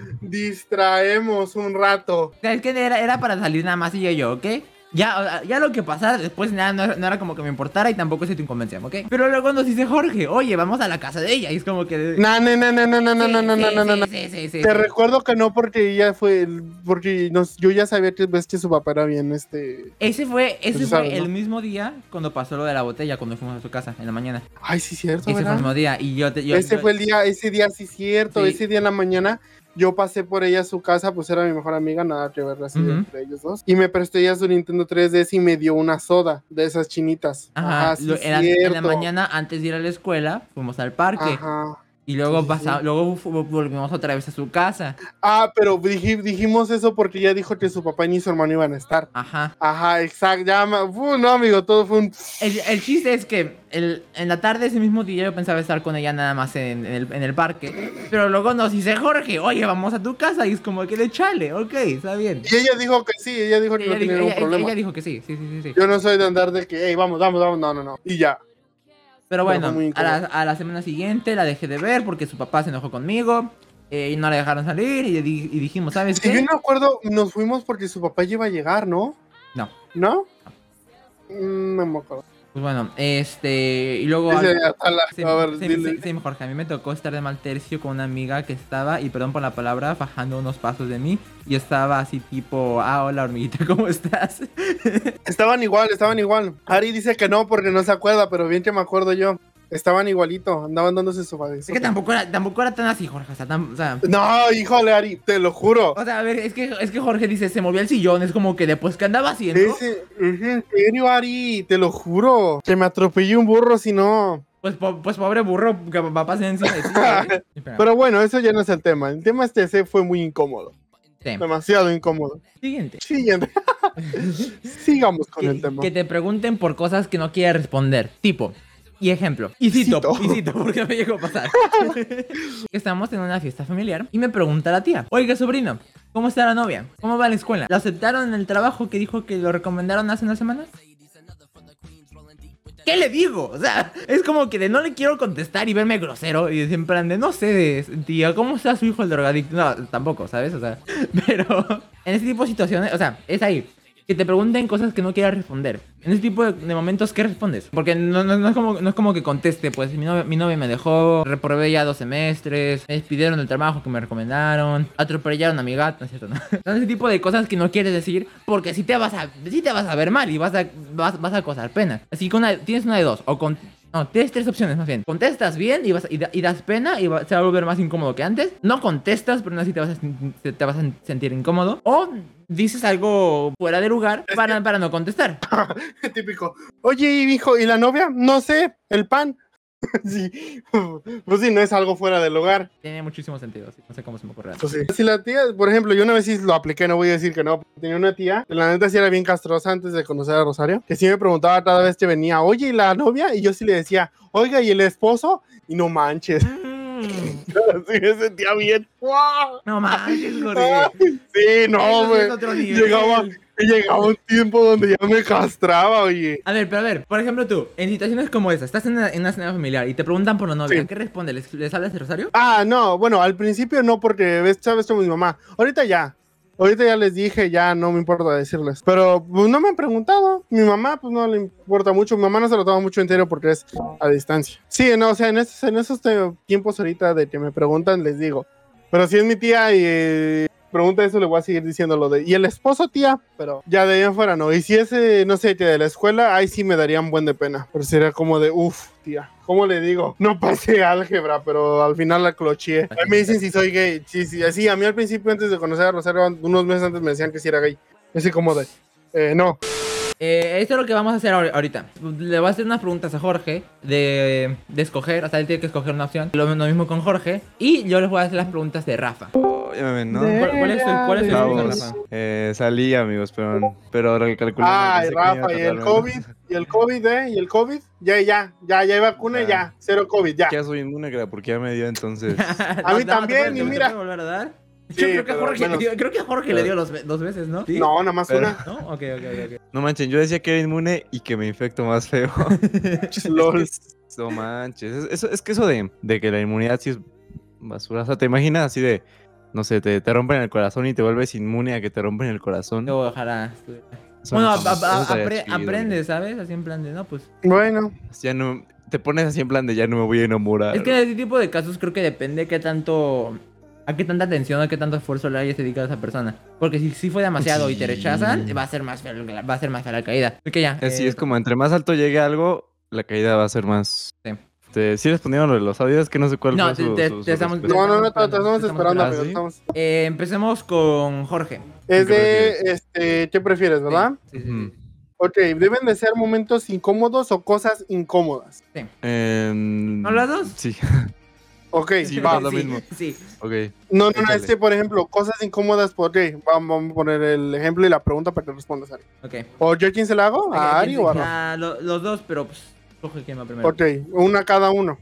D: distraemos un rato.
A: O sea, es que era, era para salir nada más ella y yo, ¿ok? Ya, o sea, ya lo que pasara después nada, no, era- no era como que me importara y tampoco se te inconvencía, ¿ok? Pero luego nos dice Jorge, oye, vamos a la casa de ella. Y es como que.
D: No, no, no, no, no, no, no,
A: Sí,
D: no, no,
A: sí,
D: no, no,
A: sí,
D: no.
A: sí, sí, sí,
D: Te
A: sí.
D: recuerdo que no porque ella fue el- porque nos, yo ya sabía que ves que su papá era bien este
A: Ese fue, ese
D: Pues
A: fue
D: sabes, ¿no?
A: el mismo día cuando pasó lo de la botella, cuando fuimos a su casa en la mañana.
D: ay sí cierto
A: Ese fue el
D: ¿verdad?
A: mismo día y yo te. Yo,
D: ese
A: yo-
D: fue el día ese día sí cierto
A: Sí.
D: ese día en la mañana yo pasé por ella a su casa pues era mi mejor amiga nada que ver así
A: Ujú.
D: entre ellos dos y me prestó ella su Nintendo 3DS y me dio una soda de esas chinitas Ah,
A: Ajá,
D: sí
A: lo- era- en la
D: cierto.
A: mañana antes de ir a la escuela fuimos al parque
D: Ajá.
A: y luego,
D: sí, sí,
A: pasa-
D: sí.
A: luego fu- volvimos otra vez a su casa.
D: ah pero dij- dijimos eso porque ella dijo que su papá ni su hermano iban a estar
A: Ajá.
D: Ajá, exacto, ya, ma- Fu, no amigo, todo fue un
A: El, el chiste es que el- en la tarde ese mismo día yo pensaba estar con ella nada más en, en el, en el parque. Pero luego nos dice Jorge, oye, vamos a tu casa. Y es como que le chale, ok, está bien.
D: Y ella dijo que sí, ella dijo que
A: Ella
D: no
A: dijo,
D: tenía ningún
A: ella-
D: problema.
A: ella dijo que sí, sí, sí, sí. sí.
D: Yo no soy de andar de que, hey, vamos, vamos, vamos, no, no, no. Y ya.
A: Pero bueno,
D: fue muy
A: a la, a la semana siguiente la dejé de ver porque su papá se enojó conmigo. eh, y no la dejaron salir. Y, di- y dijimos, ¿sabes
D: Si
A: qué?
D: yo no acuerdo, nos fuimos porque su papá lleva a llegar, ¿no?
A: No.
D: ¿No? Mm, No me acuerdo.
A: Pues bueno, este. Y luego.
D: Ese día está la-
A: Sí,
D: a ver,
A: sí,
D: dile.
A: sí, sí, Jorge, a mí me tocó estar de mal tercio con una amiga que estaba, y perdón por la palabra, bajando unos pasos de mí, y estaba así tipo, ah, hola hormiguita, ¿cómo estás?
D: Estaban igual, estaban igual. Ari dice que no porque no se acuerda, pero bien que me acuerdo yo. Estaban igualito, andaban dándose su
A: Es que tampoco era, tampoco era tan así, Jorge, o sea, tam- o sea,
D: No, híjole, Ari, te lo juro.
A: o sea, a ver, es que, es que Jorge dice, se movió el sillón, es como que después que andaba haciendo,
D: Ese, es en serio, Ari, te lo juro. Que me atropellé un burro si no.
A: pues, po- pues pobre burro, que va a pasar encima de ti. ¿eh? Espera,
D: Pero bueno, eso ya no es el tema. El tema este se fue muy incómodo.
A: sí.
D: Demasiado incómodo.
A: Siguiente.
D: Siguiente. Sigamos con el
A: Que,
D: tema.
A: que te pregunten por cosas que no quieres responder, tipo... Y ejemplo, y cito,
D: Cito.
A: y cito, porque me llegó a pasar. Estamos en una fiesta familiar y me pregunta la tía, oiga sobrino, ¿cómo está la novia? ¿Cómo va la escuela? ¿La aceptaron en el trabajo que dijo que lo recomendaron hace una semana? ¿Qué le digo? O sea, es como que de no le quiero contestar y verme grosero y en plan de no sé, de, tía, ¿cómo está su hijo el drogadicto? No, tampoco, ¿sabes? O sea, pero en ese tipo de situaciones, o sea, es ahí. que te pregunten cosas que no quieras responder. En ese tipo de, de momentos, ¿qué respondes? Porque no, no- no es como, no es como que conteste, pues mi novia, mi novia me dejó, reprobé ya dos semestres, me despidieron del trabajo que me recomendaron, atropellaron a mi gato, ¿no es cierto? ¿no? Son ese tipo de cosas que no quieres decir porque si te vas a, sí te vas a ver mal y vas a, vas, vas a causar pena. Así que una- tienes una de dos, o con, no, tienes tres opciones más bien. Contestas bien y, vas, y, da- y das pena y va- se va a volver más incómodo que antes. No contestas, pero aún así te vas a, sen- te, te vas a sentir incómodo. O dices algo fuera de lugar para, para no contestar.
D: Típico. Oye, y hijo, ¿y la novia? No sé, el pan. sí. Pues sí, no es algo fuera del hogar.
A: Tiene muchísimo sentido, así, no sé cómo se me ocurre.
D: Pues sí. Si la tía, por ejemplo, yo una vez sí lo apliqué, no voy a decir que no. Tenía una tía, la neta sí era bien castrosa antes de conocer a Rosario, que sí me preguntaba cada vez que venía, oye, ¿y la novia? Y yo sí le decía, oiga, ¿y el esposo? Y no manches.
A: Mm.
D: sí me sentía bien. ¡Guau!
A: No manches,
D: Ay,
A: Jorge.
D: sí, no,
A: Eso sí es
D: güey.
A: otro nivel.
D: Llegaba, llegaba un tiempo donde ya me castraba, oye.
A: A ver, pero a ver, por ejemplo tú, en situaciones como esa, estás en una, en una cena familiar y te preguntan por la novia,
D: Sí.
A: ¿qué respondes? ¿Les, les hablas de Rosario?
D: Ah, no, bueno, al principio no, porque ves, sabes con mi mamá. Ahorita ya. Ahorita ya les dije, ya no me importa decirles. Pero pues, no me han preguntado. Mi mamá, pues no le importa mucho. Mi mamá no se lo toma mucho entero porque es a distancia. Sí, no, o sea, en esos, en esos te- tiempos ahorita de que me preguntan, les digo. Pero si es mi tía y eh, pregunta eso, le voy a seguir diciendo lo de. Y el esposo, tía, pero ya de ahí en fuera no. Y si es, eh, no sé, que de la escuela, ahí sí me darían buen de pena. Pero sería como de, uff, tía. ¿Cómo le digo? No pasé álgebra, pero al final la cloché. A mí me dicen si soy gay. Sí, sí, así. A mí al principio, antes de conocer a Rosario, unos meses antes me decían que si era gay. Así como de, eh, no.
A: Eh, esto es lo que vamos a hacer ahor- ahorita. Le voy a hacer unas preguntas a Jorge de, de escoger, o sea, él tiene que escoger una opción. Lo, lo mismo con Jorge. Y yo les voy a hacer las preguntas de Rafa.
B: Óyeme, ¿no?
A: ¿Cuál, cuál es tu, cuál es tu opción,
B: Chavos,
A: Rafa?
B: eh, salí, amigos, pero, pero recalculé.
D: Ay, Rafa, y el COVID, y el COVID, ¿eh? Y el COVID, ya, ya, ya, ya hay vacuna,
B: Ya.
D: ya, cero COVID, ya.
B: Ya soy inmune, gra- porque ya me dio entonces.
A: No,
D: mí
A: no, ¿te pueden-
D: también, y
A: te pueden
D: mira.
A: volver a dar?
D: Sí,
A: yo creo que, a
D: pero
A: Jorge,
D: menos.
A: yo creo que a Jorge le dio los ve- dos veces, ¿no? ¿Sí?
D: No, nada más
B: Pero-
D: una.
A: ¿No? Ok, ok, ok. ok.
B: No manchen, yo decía que era inmune y que me infecto más feo.
D: Lol.
B: No manches. es- Eso, es que eso de, de que la inmunidad sí es basura. O sea, te imaginas así de, no sé, te, te rompen el corazón y te vuelves inmune a que te rompen el corazón.
A: No, ojalá.
B: Eso
A: Bueno,
B: no-
A: a- a-
B: eso
A: a-
B: estaría
A: apre-
B: chido,
A: aprendes, ¿sabes? Así en plan de, no, pues.
D: Bueno,
B: mira. Ya no, te pones así en plan de ya no me voy a enamorar.
A: Es que en ese tipo de casos creo que depende qué tanto. A qué tanta atención, a qué tanto esfuerzo le hayas dedicado a esa persona. Porque si, si fue demasiado y te
B: Sí.
A: rechazan, va a ser más fea, la- va a ser más fea la caída. Así que ya.
B: Así
A: eh,
B: es como entre más alto llegue algo, la caída va a ser más.
A: Sí.
B: Te, sí respondieron lo de los audios, que no sé cuál
A: No,
B: fue
A: te-
B: su-
A: te-
B: su-
A: te
B: su
A: estamos-
B: respuesta.
D: no, no, no, te- te estamos
A: Estamos
D: esperando,
B: Pues esperando.
D: amigo,
B: ¿Ah, sí?
D: estamos-
A: eh, empecemos con Jorge.
D: Es
B: ¿Qué
D: de, este, ¿qué prefieres, verdad?
A: Sí, sí, sí,
B: Mm.
A: sí.
D: Ok, deben de ser momentos incómodos o cosas incómodas.
B: Em,
A: ¿No las dos?
B: Sí,
D: Ok,
B: Sí,
D: va.
B: es lo
A: Sí,
B: mismo.
A: Sí.
B: ok.
D: No, no, no,
B: échale.
D: este, por ejemplo, cosas incómodas, por- ok, vamos vamos a poner el ejemplo y la pregunta para que respondas, Ari.
A: Ok.
D: ¿O yo a quién se la hago? ¿A Ari o a Rafa?
A: Ah, lo- los dos, pero pues. Jorge quién va primero.
D: Ok, una cada uno.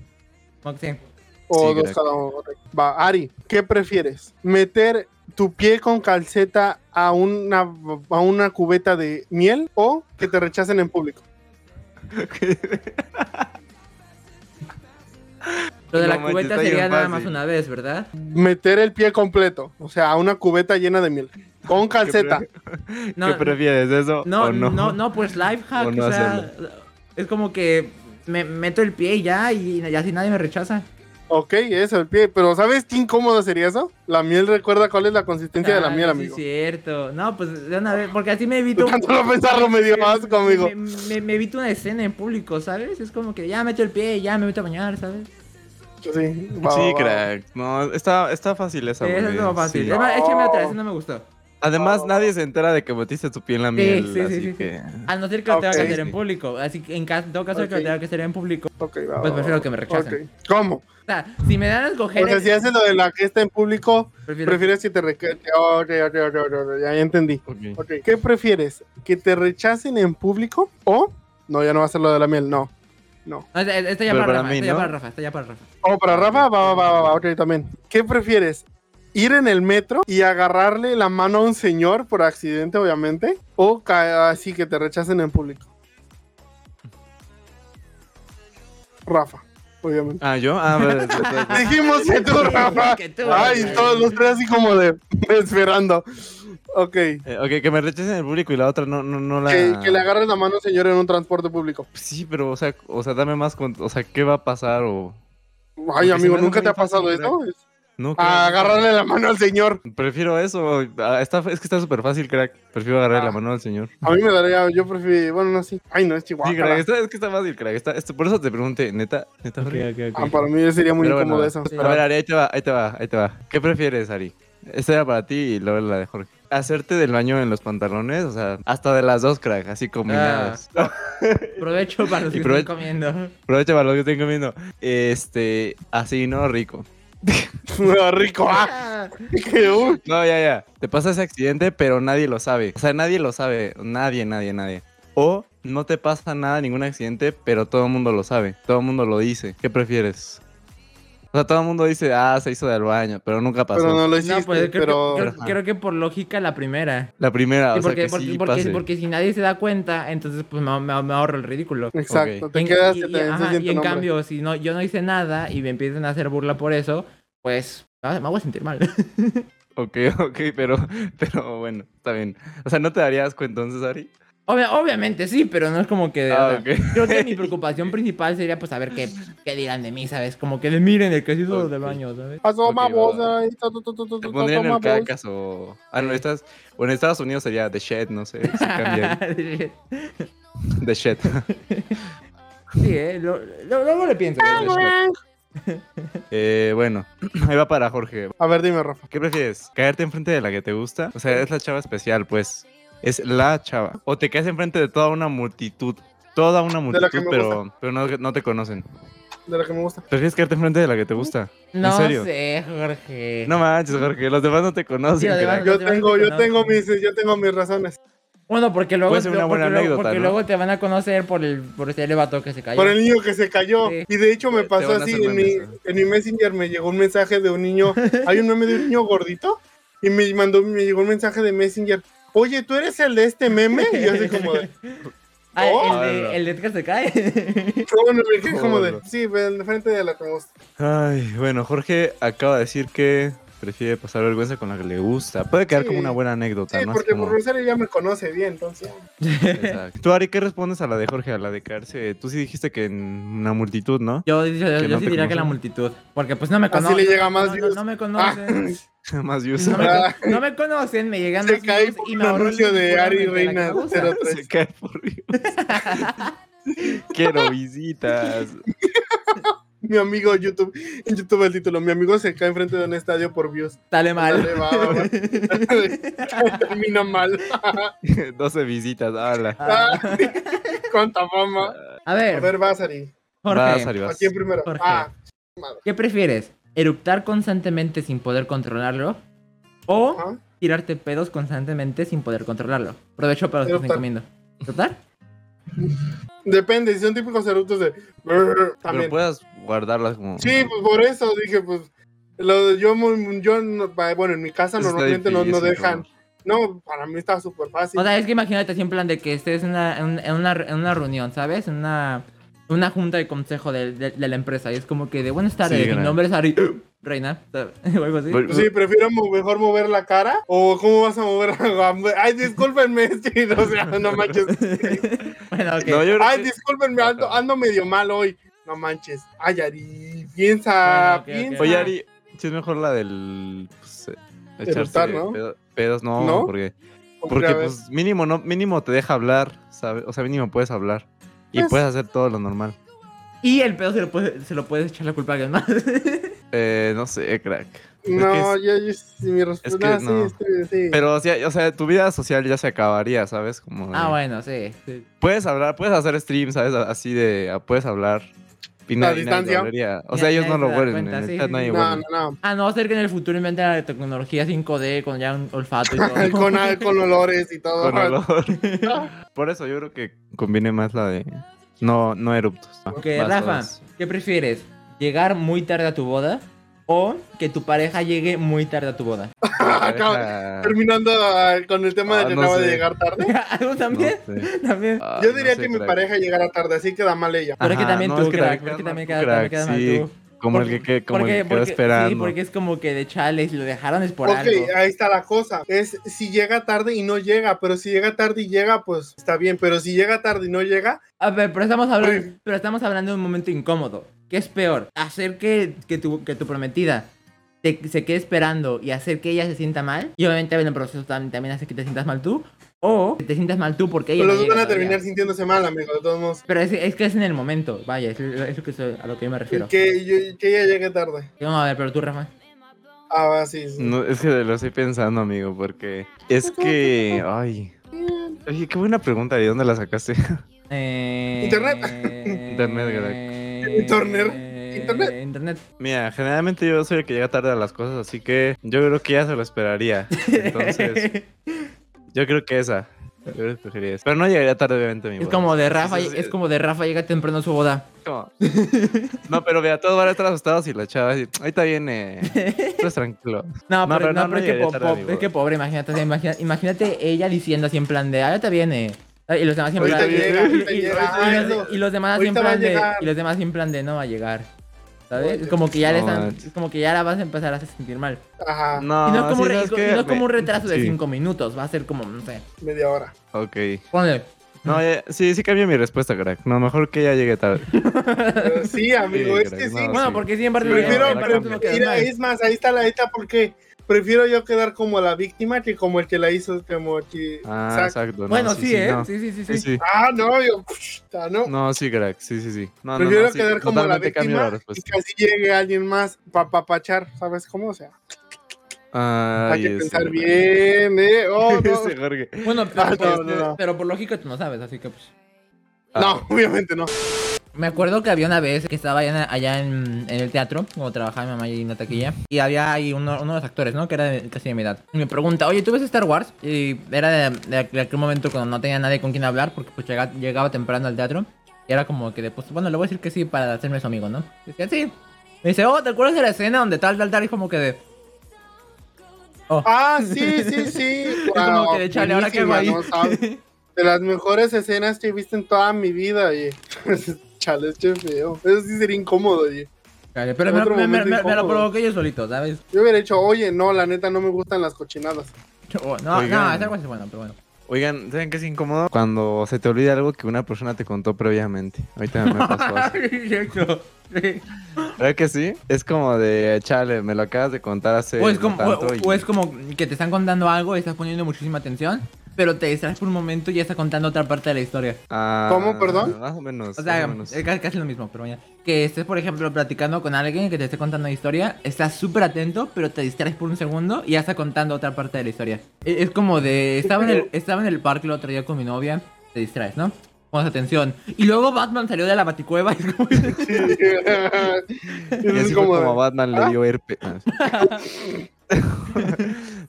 A: Ok, sí.
D: O
B: Sí,
D: dos
B: creo.
D: cada uno. ok. Va, Ari, ¿qué prefieres? ¿Meter tu pie con calceta a una, a una cubeta de miel o que te rechacen en público?
A: Lo de
B: No
A: la
B: manches,
A: cubeta
B: está bien
A: sería nada
B: fácil.
A: más una vez, ¿verdad?
D: Meter el pie completo, o sea, a una cubeta llena de miel. Con calceta.
A: No,
B: ¿Qué prefieres, eso
A: No,
B: o no?
A: no, no, pues life hack,
B: O
A: o,
B: no
A: sea, es como que me meto el pie y ya y ya si nadie me rechaza.
D: Ok, eso, el pie. Pero ¿sabes qué incómodo sería eso? La miel recuerda cuál es la consistencia de la
A: Ah,
D: miel,
A: sí,
D: amigo.
A: Sí, cierto. No, pues de una vez, porque así me evito
D: Tanto lo pensarlo me dio asco, amigo.
A: me, me- me evito una escena en público, ¿sabes? Es como que ya meto el pie, ya me meto a bañar, ¿sabes?
D: Sí, va, va,
B: Sí,
D: va.
B: crack. No, está, está fácil esa.
A: Sí, eso
B: güey,
A: es lo fácil.
B: sí.
A: Es más, échame otra,
D: No.
A: eso no me gustó.
B: Además, nadie se entera de que metiste tu pie en la miel.
A: sí, sí,
B: así
A: sí, sí.
B: que.
A: A no ser que lo tenga que
D: Ok.
A: hacer en público. Así que en ca- todo caso de que
D: Ok.
A: lo tenga que hacer en público.
D: Ok, va,
A: Pues
D: va,
A: prefiero
D: va.
A: que me rechacen.
D: Ok. ¿Cómo?
A: O sea, si me dan a
D: O
A: escoger.
D: sea, si haces lo de la que está en público,
A: prefiero-
D: prefieres que te rechacen. Ok, ok, ok, ok, ok, ya, ya entendí.
B: ok.
D: Ok, ¿qué prefieres? ¿Que te rechacen en público o... No, ya no va a ser lo de la miel, no.
A: No, esta- esta ya para,
B: Pero para
A: Rafa,
B: mí,
A: esta ya
B: ¿no?
A: para Rafa, esta ya para Rafa.
D: O para Oh, Rafa, va, va, va, va, ok, también. ¿Qué prefieres? ¿Ir en el metro y agarrarle la mano a un señor por accidente, obviamente? ¿O ca- así que te rechacen en público? Rafa, obviamente.
B: Ah, yo. Ah, vale, sí, sí, sí.
D: Dijimos que tú, Rafa.
A: Que tú,
D: Ay,
A: Rafa.
D: todos los tres así como de esperando. Ok.
B: Eh, ok, que me rechacen el público y la otra no, no, no la.
D: Que, que le agarres la mano a un señor en un transporte público.
B: Sí, pero, o sea, o sea, dame más. cont- O sea, ¿qué va a pasar? O.
D: Ay,
B: se
D: amigo,
B: me hace
D: ¿nunca
B: muy
D: te ha
B: fácil,
D: pasado
B: ¿verdad?
D: eso?
B: No, creo.
D: A agarrarle la mano al señor.
B: Prefiero eso. Ah, Está, es que está súper fácil, crack. Prefiero agarrar
D: Ah.
B: la mano al señor.
D: A mí me daría, yo prefiero, bueno, no, sí. Ay, no, es
B: Sí, crack,
D: Chihuahua.
B: está- es que está fácil, crack. Está, esto- por eso te pregunté, neta, neta.
F: Ok,
B: Jorge?
F: ok,
D: Ah,
F: ok.
D: para mí sería muy
B: Pero
D: incómodo
B: bueno,
D: eso.
B: A ver, Ari, ahí te va, ahí te va, ahí te va. ¿Qué prefieres, Ari? Esta era para ti y luego la de Jorge. Hacerte del baño en los pantalones, o sea, hasta de las dos, crack, así combinadas.
A: Provecho para los
B: Y
A: que
B: prove-
A: están comiendo.
B: Aprovecha para lo que estoy comiendo. Este, así, ¿no? Rico.
D: Rico, ah, qué uy.
B: No, ya, ya. Te pasa ese accidente, pero nadie lo sabe. O sea, nadie lo sabe. Nadie, nadie, nadie. O no te pasa nada, ningún accidente, pero todo el mundo lo sabe. Todo el mundo lo dice. ¿Qué prefieres? O sea, todo el mundo dice, ah, se hizo del baño, pero nunca pasó.
D: Pero no lo hiciste,
A: No, pues creo, que-
D: pero...
A: creo- creo que por lógica la primera.
B: La
A: Sí,
B: primera, Ah, o sea,
A: porque,
B: que
A: porque,
B: sí
A: porque-
B: pase.
A: porque si nadie se da cuenta, entonces pues me, me- me ahorro el ridículo.
D: Exacto,
B: Ok.
D: te
A: Y en-
D: quedas
A: y-
D: que
A: y-
D: te
A: ajá,
D: ensucian
A: y
D: tu
A: en
D: nombre.
A: cambio, si no, yo no hice nada y me empiezan a hacer burla por eso, pues ah, me voy a sentir mal.
B: Ok, ok, pero, pero bueno, está bien. O sea, ¿no te darías cuenta entonces, Ari?
A: Obvia- obviamente sí, pero no es como que... o
B: Ah,
A: sea, Creo que mi preocupación principal sería pues saber qué, qué dirán de mí, ¿sabes? Como que de miren el que se hizo
B: Ok.
A: del baño, ¿sabes?
D: Asoma
B: Ok, va.
D: voz, ahí, ta, ta, ta, ta, ta,
B: Te
D: ta,
B: pondrían en
D: toma
B: el
D: voz.
B: Caracas o... Ah, no, estás... O en Estados Unidos sería The Shed, no sé. Se cambia. The Shed.
A: sí, eh, lo- lo- luego le pienso.
B: The Shed. Eh, bueno, ahí va para Jorge.
D: A ver, dime, Rafa.
B: ¿Qué prefieres? ¿Caerte enfrente de la que te gusta? O sea, es la chava especial, pues. Es la chava. O te caes enfrente de toda una multitud. Toda una
D: la que
B: multitud,
D: me
B: pero, pero no, no te conocen.
D: De la que me gusta.
B: ¿Prefieres caerte enfrente de la que te gusta?
A: No
B: ¿En serio?
A: sé, Jorge.
B: No manches, Jorge, los demás no te
A: Sí,
B: conocen.
A: los demás
B: crack.
A: No
D: Yo
A: te van a
D: tengo, yo
A: reconocer.
D: tengo mis, yo tengo mis razones.
A: Bueno, porque luego,
B: Puede ser una buena
A: porque luego-
B: anécdota,
A: porque
B: ¿no?
A: luego te van a conocer por el por ese vato que se cayó.
D: Por el niño que se cayó.
A: Sí.
D: Y de hecho me
B: Te- te
D: pasó
B: van a
D: así.
B: hacer
D: En mi,
B: memes,
D: en mi Messenger me llegó un mensaje de un niño. Hay un meme de un niño gordito. Y me mandó, me llegó un mensaje de Messenger. Oye, ¿tú eres el de este meme? Y yo así como de.
A: Ah, el,
D: Oh.
A: de, el de que se cae.
D: Bueno, me quedé como de.
B: Joder.
D: Sí, ve al frente de la que me gusta.
B: Ay, bueno, Jorge acaba de decir que prefiere pasar vergüenza con la que le gusta. Puede quedar como
D: Sí.
B: una buena anécdota,
D: Sí,
B: ¿no? Así
D: porque
B: como-
D: por Rosario ya me conoce bien, entonces.
B: Exacto. Tú, Ari, ¿qué respondes a la de Jorge, a la de caerse? Tú sí dijiste que en una multitud, ¿no?
A: Yo, yo, yo
B: Que no
A: sí
B: te
A: diría que
B: conocen.
A: la multitud. Porque pues no me
D: Así
A: conocen.
D: le llega más
A: no, no,
D: views.
A: no me
D: Ah,
A: conocen.
B: Más views.
A: No me,
D: Ah.
A: no me conocen, me llegan
D: Se
A: los
D: cae
A: views
D: por
A: y
D: un
A: me ahorro el
D: anuncio de
A: ridículo
D: Ari
A: de la que
D: Reina,
A: me gusta.
D: pero-
B: Se cae por views. Quiero visitas.
D: Mi amigo YouTube. En YouTube el título. Mi amigo se cae enfrente de un estadio por views.
A: Sale
D: Dale,
A: mal.
D: va, va, va. Termina mal.
B: 12 visitas, habla.
A: Ah.
D: Cuánta fama.
A: A
D: A
A: ver,
D: ver, vas, Ari.
B: Vas,
A: Jorge,
B: Ari,
D: ¿A
B: vas.
D: quién primero?
A: Jorge.
D: Ah,
A: ¿qué prefieres? ¿Eruptar constantemente sin poder controlarlo? ¿O
D: Ajá.
A: tirarte pedos constantemente sin poder controlarlo? Provecho para los que estén
D: Eruptar.
A: comiendo. ¿Eruptar?
D: Depende, si son típicos eructos de. "Brr",
B: Pero
D: También.
B: puedas guardarlas como...
D: Sí, pues por eso dije, pues. Lo, de- yo, muy- yo no- pa- bueno, en mi casa
B: Eso está
D: normalmente no, no
B: difícil,
D: dejan. No, para mí está súper fácil.
A: O sea, es que imagínate así en plan de que estés en una, en, en una, en una reunión, ¿sabes? En una, una junta de consejo de, de- de la empresa. Y es como que de buenas tardes,
B: Sí,
A: mi
B: claro.
A: nombre es Ari Reina. O algo así.
B: Voy-
D: Pues sí, prefiero mo- mejor mover la cara. O cómo vas a mover la Ay, discúlpenme, es que, o sea, no manches.
A: Bueno, ok.
B: No, yo creo
D: Ay,
B: que-
D: discúlpenme, ando,
B: Ajá.
D: ando medio mal hoy. No manches. Ay, Ari,
A: Bueno,
D: piensa,
A: ok,
D: piensa.
A: ok.
B: Oye, Ari, si es mejor la del. Pues, eh, echarse
D: Eructar, ¿no?
B: pedo- pedos, no,
D: ¿No?
B: porque,
D: Hombre,
B: porque
D: a ver.
B: pues mínimo, no, mínimo te deja hablar, ¿sabes? O sea, mínimo puedes hablar. Y
D: Pues-
B: puedes hacer todo lo normal.
A: Y el pedo se lo, puede, se lo puedes echar la culpa a alguien más.
B: Eh, no sé, crack. es
D: No,
B: que
D: yo, yo, sí, mi
B: es que
D: respuesta.
B: no.
D: no, sí, este, sí.
B: Pero, o sea, o sea, tu vida social ya se acabaría, ¿sabes? Como de-
A: ah, bueno, sí. sí.
B: Puedes hablar, puedes hacer streams, ¿sabes? Así de. ah, Puedes hablar. Y nadie-
D: A
B: nadie lo
D: distancia.
B: hablaría. O
A: Ya-
B: sea, ellos
A: nadie
B: no
A: se
B: lo
A: da
B: vuelven.
A: cuenta,
B: en el
A: sí,
B: chat
A: sí,
B: nadie
A: sí.
B: vuelve.
D: no, no,
A: A no ser que en el futuro inventen la tecnología 5D con ya un olfato y
D: no.
A: todo.
D: Con, a- con olores y todo.
B: Con olor. Por eso yo creo que conviene más la de. No, no eruptos.
A: Ok, Rafa, ¿qué prefieres? ¿Llegar muy tarde a tu boda? ¿O que tu pareja llegue muy tarde a tu boda?
D: Acaba- Terminando ah, con el tema de
B: Ah,
D: que
B: no
D: acaba de
B: sé. Ah,
D: llegar tarde.
A: Ah, ¿tú ¿También? ¿También?
D: Yo diría que mi pareja llegara tarde, así queda mal ella.
A: Pero es que
B: Ajá,
A: también
B: no,
A: tú,
B: es que
A: crack,
B: también
A: pero es que
B: quedas
A: también
B: mal tú,
A: queda- también
B: crack,
A: quedas mal
B: sí.
A: tú.
B: Como el
A: Porque-
B: que- que, como el que quedó
A: porque- Sí,
B: esperando.
A: porque es como que de chales lo dejaron es por
D: ok,
A: algo.
D: ahí está la cosa. Es si llega tarde y no llega, pero si llega tarde y llega, pues está bien. Pero si llega tarde y no llega,
A: A ver, pero estamos hablando,
D: Oye.
A: pero estamos hablando de un momento incómodo. ¿Qué es peor? Hacer que, que, tu, que tu prometida te- se quede esperando y hacer que ella se sienta mal. Y obviamente en el proceso tam- también hace que te sientas mal tú. O que te sientas mal tú porque ella.
D: pues, los
A: no
D: dos
A: llega
D: van a
A: todavía.
D: terminar sintiéndose mal, amigo. De todos modos,
A: Pero es, es que es en el momento. Vaya, es, lo- es lo que soy- a lo que yo me refiero.
D: que, yo- que ella llegue tarde.
A: Vamos a ver, pero tú, Rafa.
D: Ah, va, sí, sí.
B: No, es que lo estoy pensando, amigo, porque es que. Ay. Oye, qué buena pregunta. ¿De dónde la sacaste?
A: Eh,
D: Internet.
B: Internet, crack.
D: Internet, internet.
A: Internet.
B: Mira, generalmente yo soy el que llega tarde a las cosas, así que yo creo que ya se lo esperaría. Entonces, yo creo que esa. Yo creo que escogería esa. Pero no llegaría tarde, obviamente, a mi
A: Es
B: boda.
A: como de Rafa,
B: Eso sí.
A: es como de Rafa llega temprano a su boda.
B: Como- No, pero vea, todos van a estar asustados y la chava dice, ahorita viene. eh, Tú es tranquilo.
A: No,
B: No,
A: pero,
B: pero
A: no,
B: no,
A: pero
B: no
A: es, que
B: llegaría
A: po-
B: tarde a
A: po-
B: mi
A: es que
B: boda.
A: pobre, imagínate, o sea, imagina- imagínate ella diciendo así en plan de, ahora te viene. Ah, Y los demás siempre y-
D: Ahorita llega,
A: y-
D: ahorita
A: y-
D: llega.
A: y-
D: Ah,
A: y los-
D: eso.
A: Y los demás
D: Ahorita
A: siempre
D: va a
A: plan de,
D: llegar.
A: y los demás siempre plan de no va a llegar. ¿Sabes? Es como que ya le
B: No
A: están,
B: manches.
A: es como que ya la vas a empezar a hacer sentir mal.
D: Ajá,
B: No,
A: y no es como,
B: sí,
A: re-
B: ¿sabes
A: y co-
B: qué?
A: y no es como un
B: Me-
A: retraso de
B: sí,
A: 5 minutos, va a ser como, no sé.
D: media hora.
B: Ok.
A: Ponle.
B: No, ya- sí, sí cambio mi respuesta, crack. No, mejor que ya llegue tarde.
D: Pero sí, amigo,
B: Sí,
D: es que
B: creo que
D: Ah, sí.
B: no.
A: Bueno,
B: sí.
A: porque sí, en parte
B: Sí,
D: Prefiero,
B: no, la
A: pero tú
B: cambio.
A: no quedas
D: mira,
A: mal.
D: es más, ahí está la ahí está porque prefiero yo quedar como la víctima que como el que la hizo, como que...
B: Ah,
D: Exacto.
B: exacto. no,
A: Bueno, sí, ¿eh?
B: no.
A: Sí, sí, sí,
B: Sí,
A: sí.
B: sí.
D: Ah, no, yo... puta, no.
B: No, sí, crack. Sí, sí, sí. No, no,
D: Prefiero
B: no, sí,
D: quedar como la
B: totalmente cambio
D: víctima y
B: respuesta.
D: que así llegue alguien más para papachar, ¿sabes cómo? O sea, hay
B: Ay,
D: que
B: ese
D: pensar
B: Jorge.
D: bien, ¿eh? Oh, no.
B: Ese Jorge.
A: Bueno, pero,
D: Ah,
A: por,
D: no, no, no.
A: pero por lógica tú no sabes, así que pues.
B: Ah,
D: No, obviamente no.
A: Me acuerdo que había una vez que estaba allá en, allá en- en el teatro, cuando trabajaba mi mamá allí en la taquilla, y había ahí uno, uno de los actores, ¿no? Que era de- casi de mi edad. Y me pregunta, oye, ¿tú ves Star Wars? Y era de, de- de aquel momento cuando no tenía nadie con quien hablar, porque pues llega- llegaba, temprano al teatro, y era como que después, bueno, le voy a decir que sí para hacerme su amigo, ¿no? Y decía, sí. Me dice, oh, ¿te acuerdas de la escena donde tal, tal, tal? Y como que de... Oh.
D: Ah, sí, sí, sí.
A: Es como
D: Wow,
A: que de chale, ahora que hago ahí.
D: buenísima, ¿no? ¿Sabes? De las mejores escenas que he visto en toda mi vida, oye. Chale, qué feo. Eso sí sería incómodo, oye.
A: Chale, pero me,
D: Otro
A: me- me-
D: momento
A: me- me lo
D: incómodo.
A: provoqué yo solito, ¿sabes?
D: Yo hubiera dicho, oye, no, la neta no me gustan las cochinadas.
A: Oh, no, no,
B: Oigan.
A: Star Wars es bueno, pero bueno.
B: Oigan, ¿saben qué es incómodo? Cuando se te olvida algo que una persona te contó previamente. Ahorita me pasó así. ¿Verdad que sí? Es como de, chale, me lo acabas de contar hace
A: O es,
B: no
A: como, o-
B: tanto y-
A: o es como que te están contando algo y estás poniendo muchísima atención, pero te distraes por un momento y ya está contando otra parte de la historia.
B: Ah,
D: ¿Cómo, perdón?
B: Más o menos.
A: O
B: más
A: sea,
B: o menos.
A: es ca- casi lo mismo, pero ya. Que estés, por ejemplo, platicando con alguien que te esté contando una historia, estás súper atento, pero te distraes por un segundo y ya está contando otra parte de la historia. E- Es como de, estaba en el, estaba en el parque el otro día con mi novia, te distraes, ¿no? Pones atención. Y luego Batman salió de la baticueva y es como...
D: Sí. Eso
B: Y
D: es
B: así fue
D: como- "Ah".
B: como Batman le dio herpes.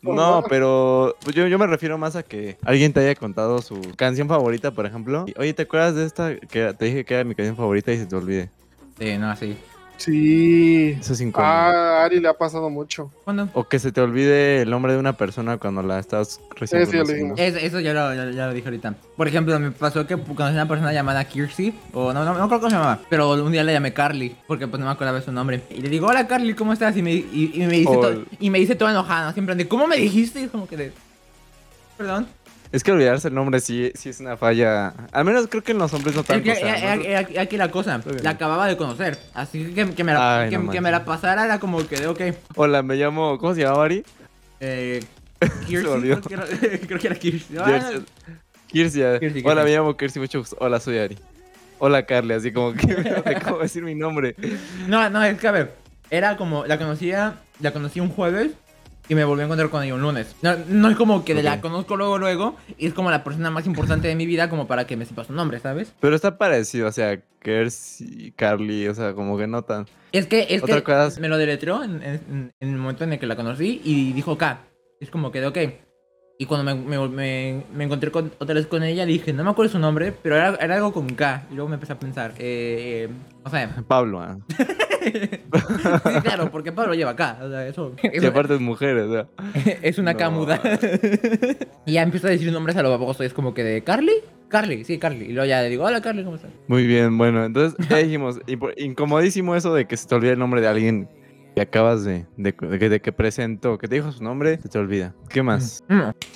B: No, pero pues, yo, yo me refiero más a que alguien te haya contado su canción favorita, por ejemplo. Y, Oye, ¿te acuerdas de esta que te dije que era mi canción favorita y se te olvide?
A: Sí, no, así.
D: Sí.
B: Eso es incómodo.
D: Ah, a Ari le ha pasado mucho.
A: ¿Cuándo?
B: O que se te olvide el nombre de una persona cuando la estás recién
D: Eso ya lo
B: conociendo.
D: dijimos.
A: Eso, eso ya, lo, ya, ya lo dije ahorita. Por ejemplo, me pasó que conocí a una persona llamada Kirsty, o no, no, no creo cómo se llamaba, pero un día la llamé Carly, porque pues no me acordaba de su nombre. Y le digo, hola Carly, ¿cómo estás? Y me, y, y me dice,
B: Oh.
A: todo, y me dice toda enojada, ¿no? siempre de, ¿cómo me dijiste? Y como que de, perdón.
B: Es que olvidarse el nombre sí, sí es una falla. Al menos creo que en los hombres no
A: Es
B: tanto.
A: que
B: o sea,
A: era, era-
B: nosotros-
A: era- era aquí la cosa,
B: Está bien.
A: la acababa de conocer, así que que me la,
B: Ay,
A: que,
B: no
A: que me
B: manches.
A: la pasara era como que de, ok,
B: Hola, me llamo. ¿Cómo se llamaba Ari?
A: eh, Kirsty,
B: volvió.
A: creo, que era- creo que era Kirsty. Ah,
B: Jersey- Kirsi, ya.
A: Kirsi, Kirsi.
B: Hola, me llamo Kirsi, mucho gusto. Hola, soy Ari. Hola, Carly, así como que no sé cómo decir mi nombre.
A: No, no, es que a ver, era como, la conocía, la conocí un jueves y me volví a encontrar con ella un lunes. No, no es como que la
B: Ok.
A: conozco luego, luego, y es como la persona más importante de mi vida como para que me sepa su nombre, ¿sabes?
B: Pero está parecido, o sea, Kirsi, Carly, o sea, como que no tan.
A: Es que, es
B: Otra
A: que
B: cosa es-
A: me lo deletreó en, en- en el momento en el que la conocí y dijo K. Es como que de ok. Y cuando me, me- me- me encontré con, otra vez con ella, dije, no me acuerdo su nombre, pero era, era algo con K. Y luego me empecé a pensar, eh, eh, o sea,
B: Pablo, ah.
A: sí, claro, porque Pablo lleva K. O sea, eso.
B: Y aparte es mujer, o sea.
A: es una
B: No.
A: camuda. y ya empieza a decir nombres a lo baboso. y es como que de Carly, Carly, sí, Carly. Y luego ya le digo, hola Carly, ¿cómo estás?
B: Muy bien, bueno, entonces ya dijimos, y por- incomodísimo eso de que se te olvida el nombre de alguien que acabas de, de, de que- de que presentó, que te dijo su nombre, se te olvida. ¿Qué más?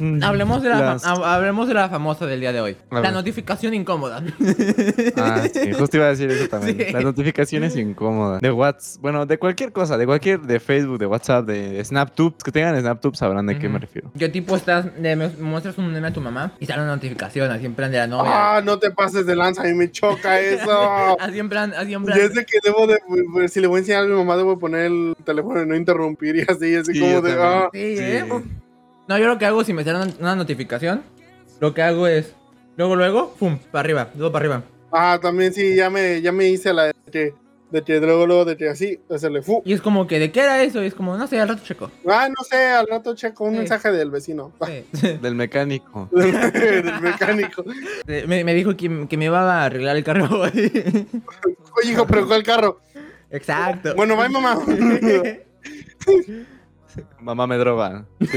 A: Mm. Hablemos de, la
B: Las-
A: fam- ha- hablemos de la famosa del día de hoy.
B: A
A: La
B: ver.
A: notificación incómoda.
B: Ah, sí, justo iba a decir eso también.
A: Sí.
B: Las notificaciones incómodas. De WhatsApp, bueno, de cualquier cosa, de cualquier, de Facebook, de WhatsApp, de SnapTube, que tengan SnapTube sabrán de qué me
A: Ujú.
B: refiero.
A: Yo tipo estás, le me- muestras un meme a tu mamá y sale una notificación así en plan de la novia.
D: Ah, no te pases de lanza, a mí me choca eso.
A: Así en plan, así en plan.
D: Yo sé que debo de, pues, si le voy a enseñar a mi mamá, debo poner el teléfono y no interrumpir y así, así
B: Sí,
D: como
B: yo
D: de,
B: también.
D: ah,
A: Sí,
B: Sí.
A: ¿eh? No, yo lo que hago si me sale una- una notificación, lo que hago es, luego, luego, pum, para arriba, luego para arriba.
D: ah, también sí, ya me, ya me hice la de que, de que luego, luego, de que así, hacerle fu.
A: Y es como que, ¿de qué era eso? Y es como, no sé, al rato checo.
D: Ah, no sé, al rato checo un
A: Sí.
D: mensaje del vecino,
A: Sí.
B: Del mecánico.
D: del mecánico.
A: me, me dijo que, que me iba a arreglar el carro hoy.
D: Oye, hijo, pero ¿cuál carro?
A: Exacto.
D: Bueno, bye, mamá.
B: Mamá me droga.
A: Es,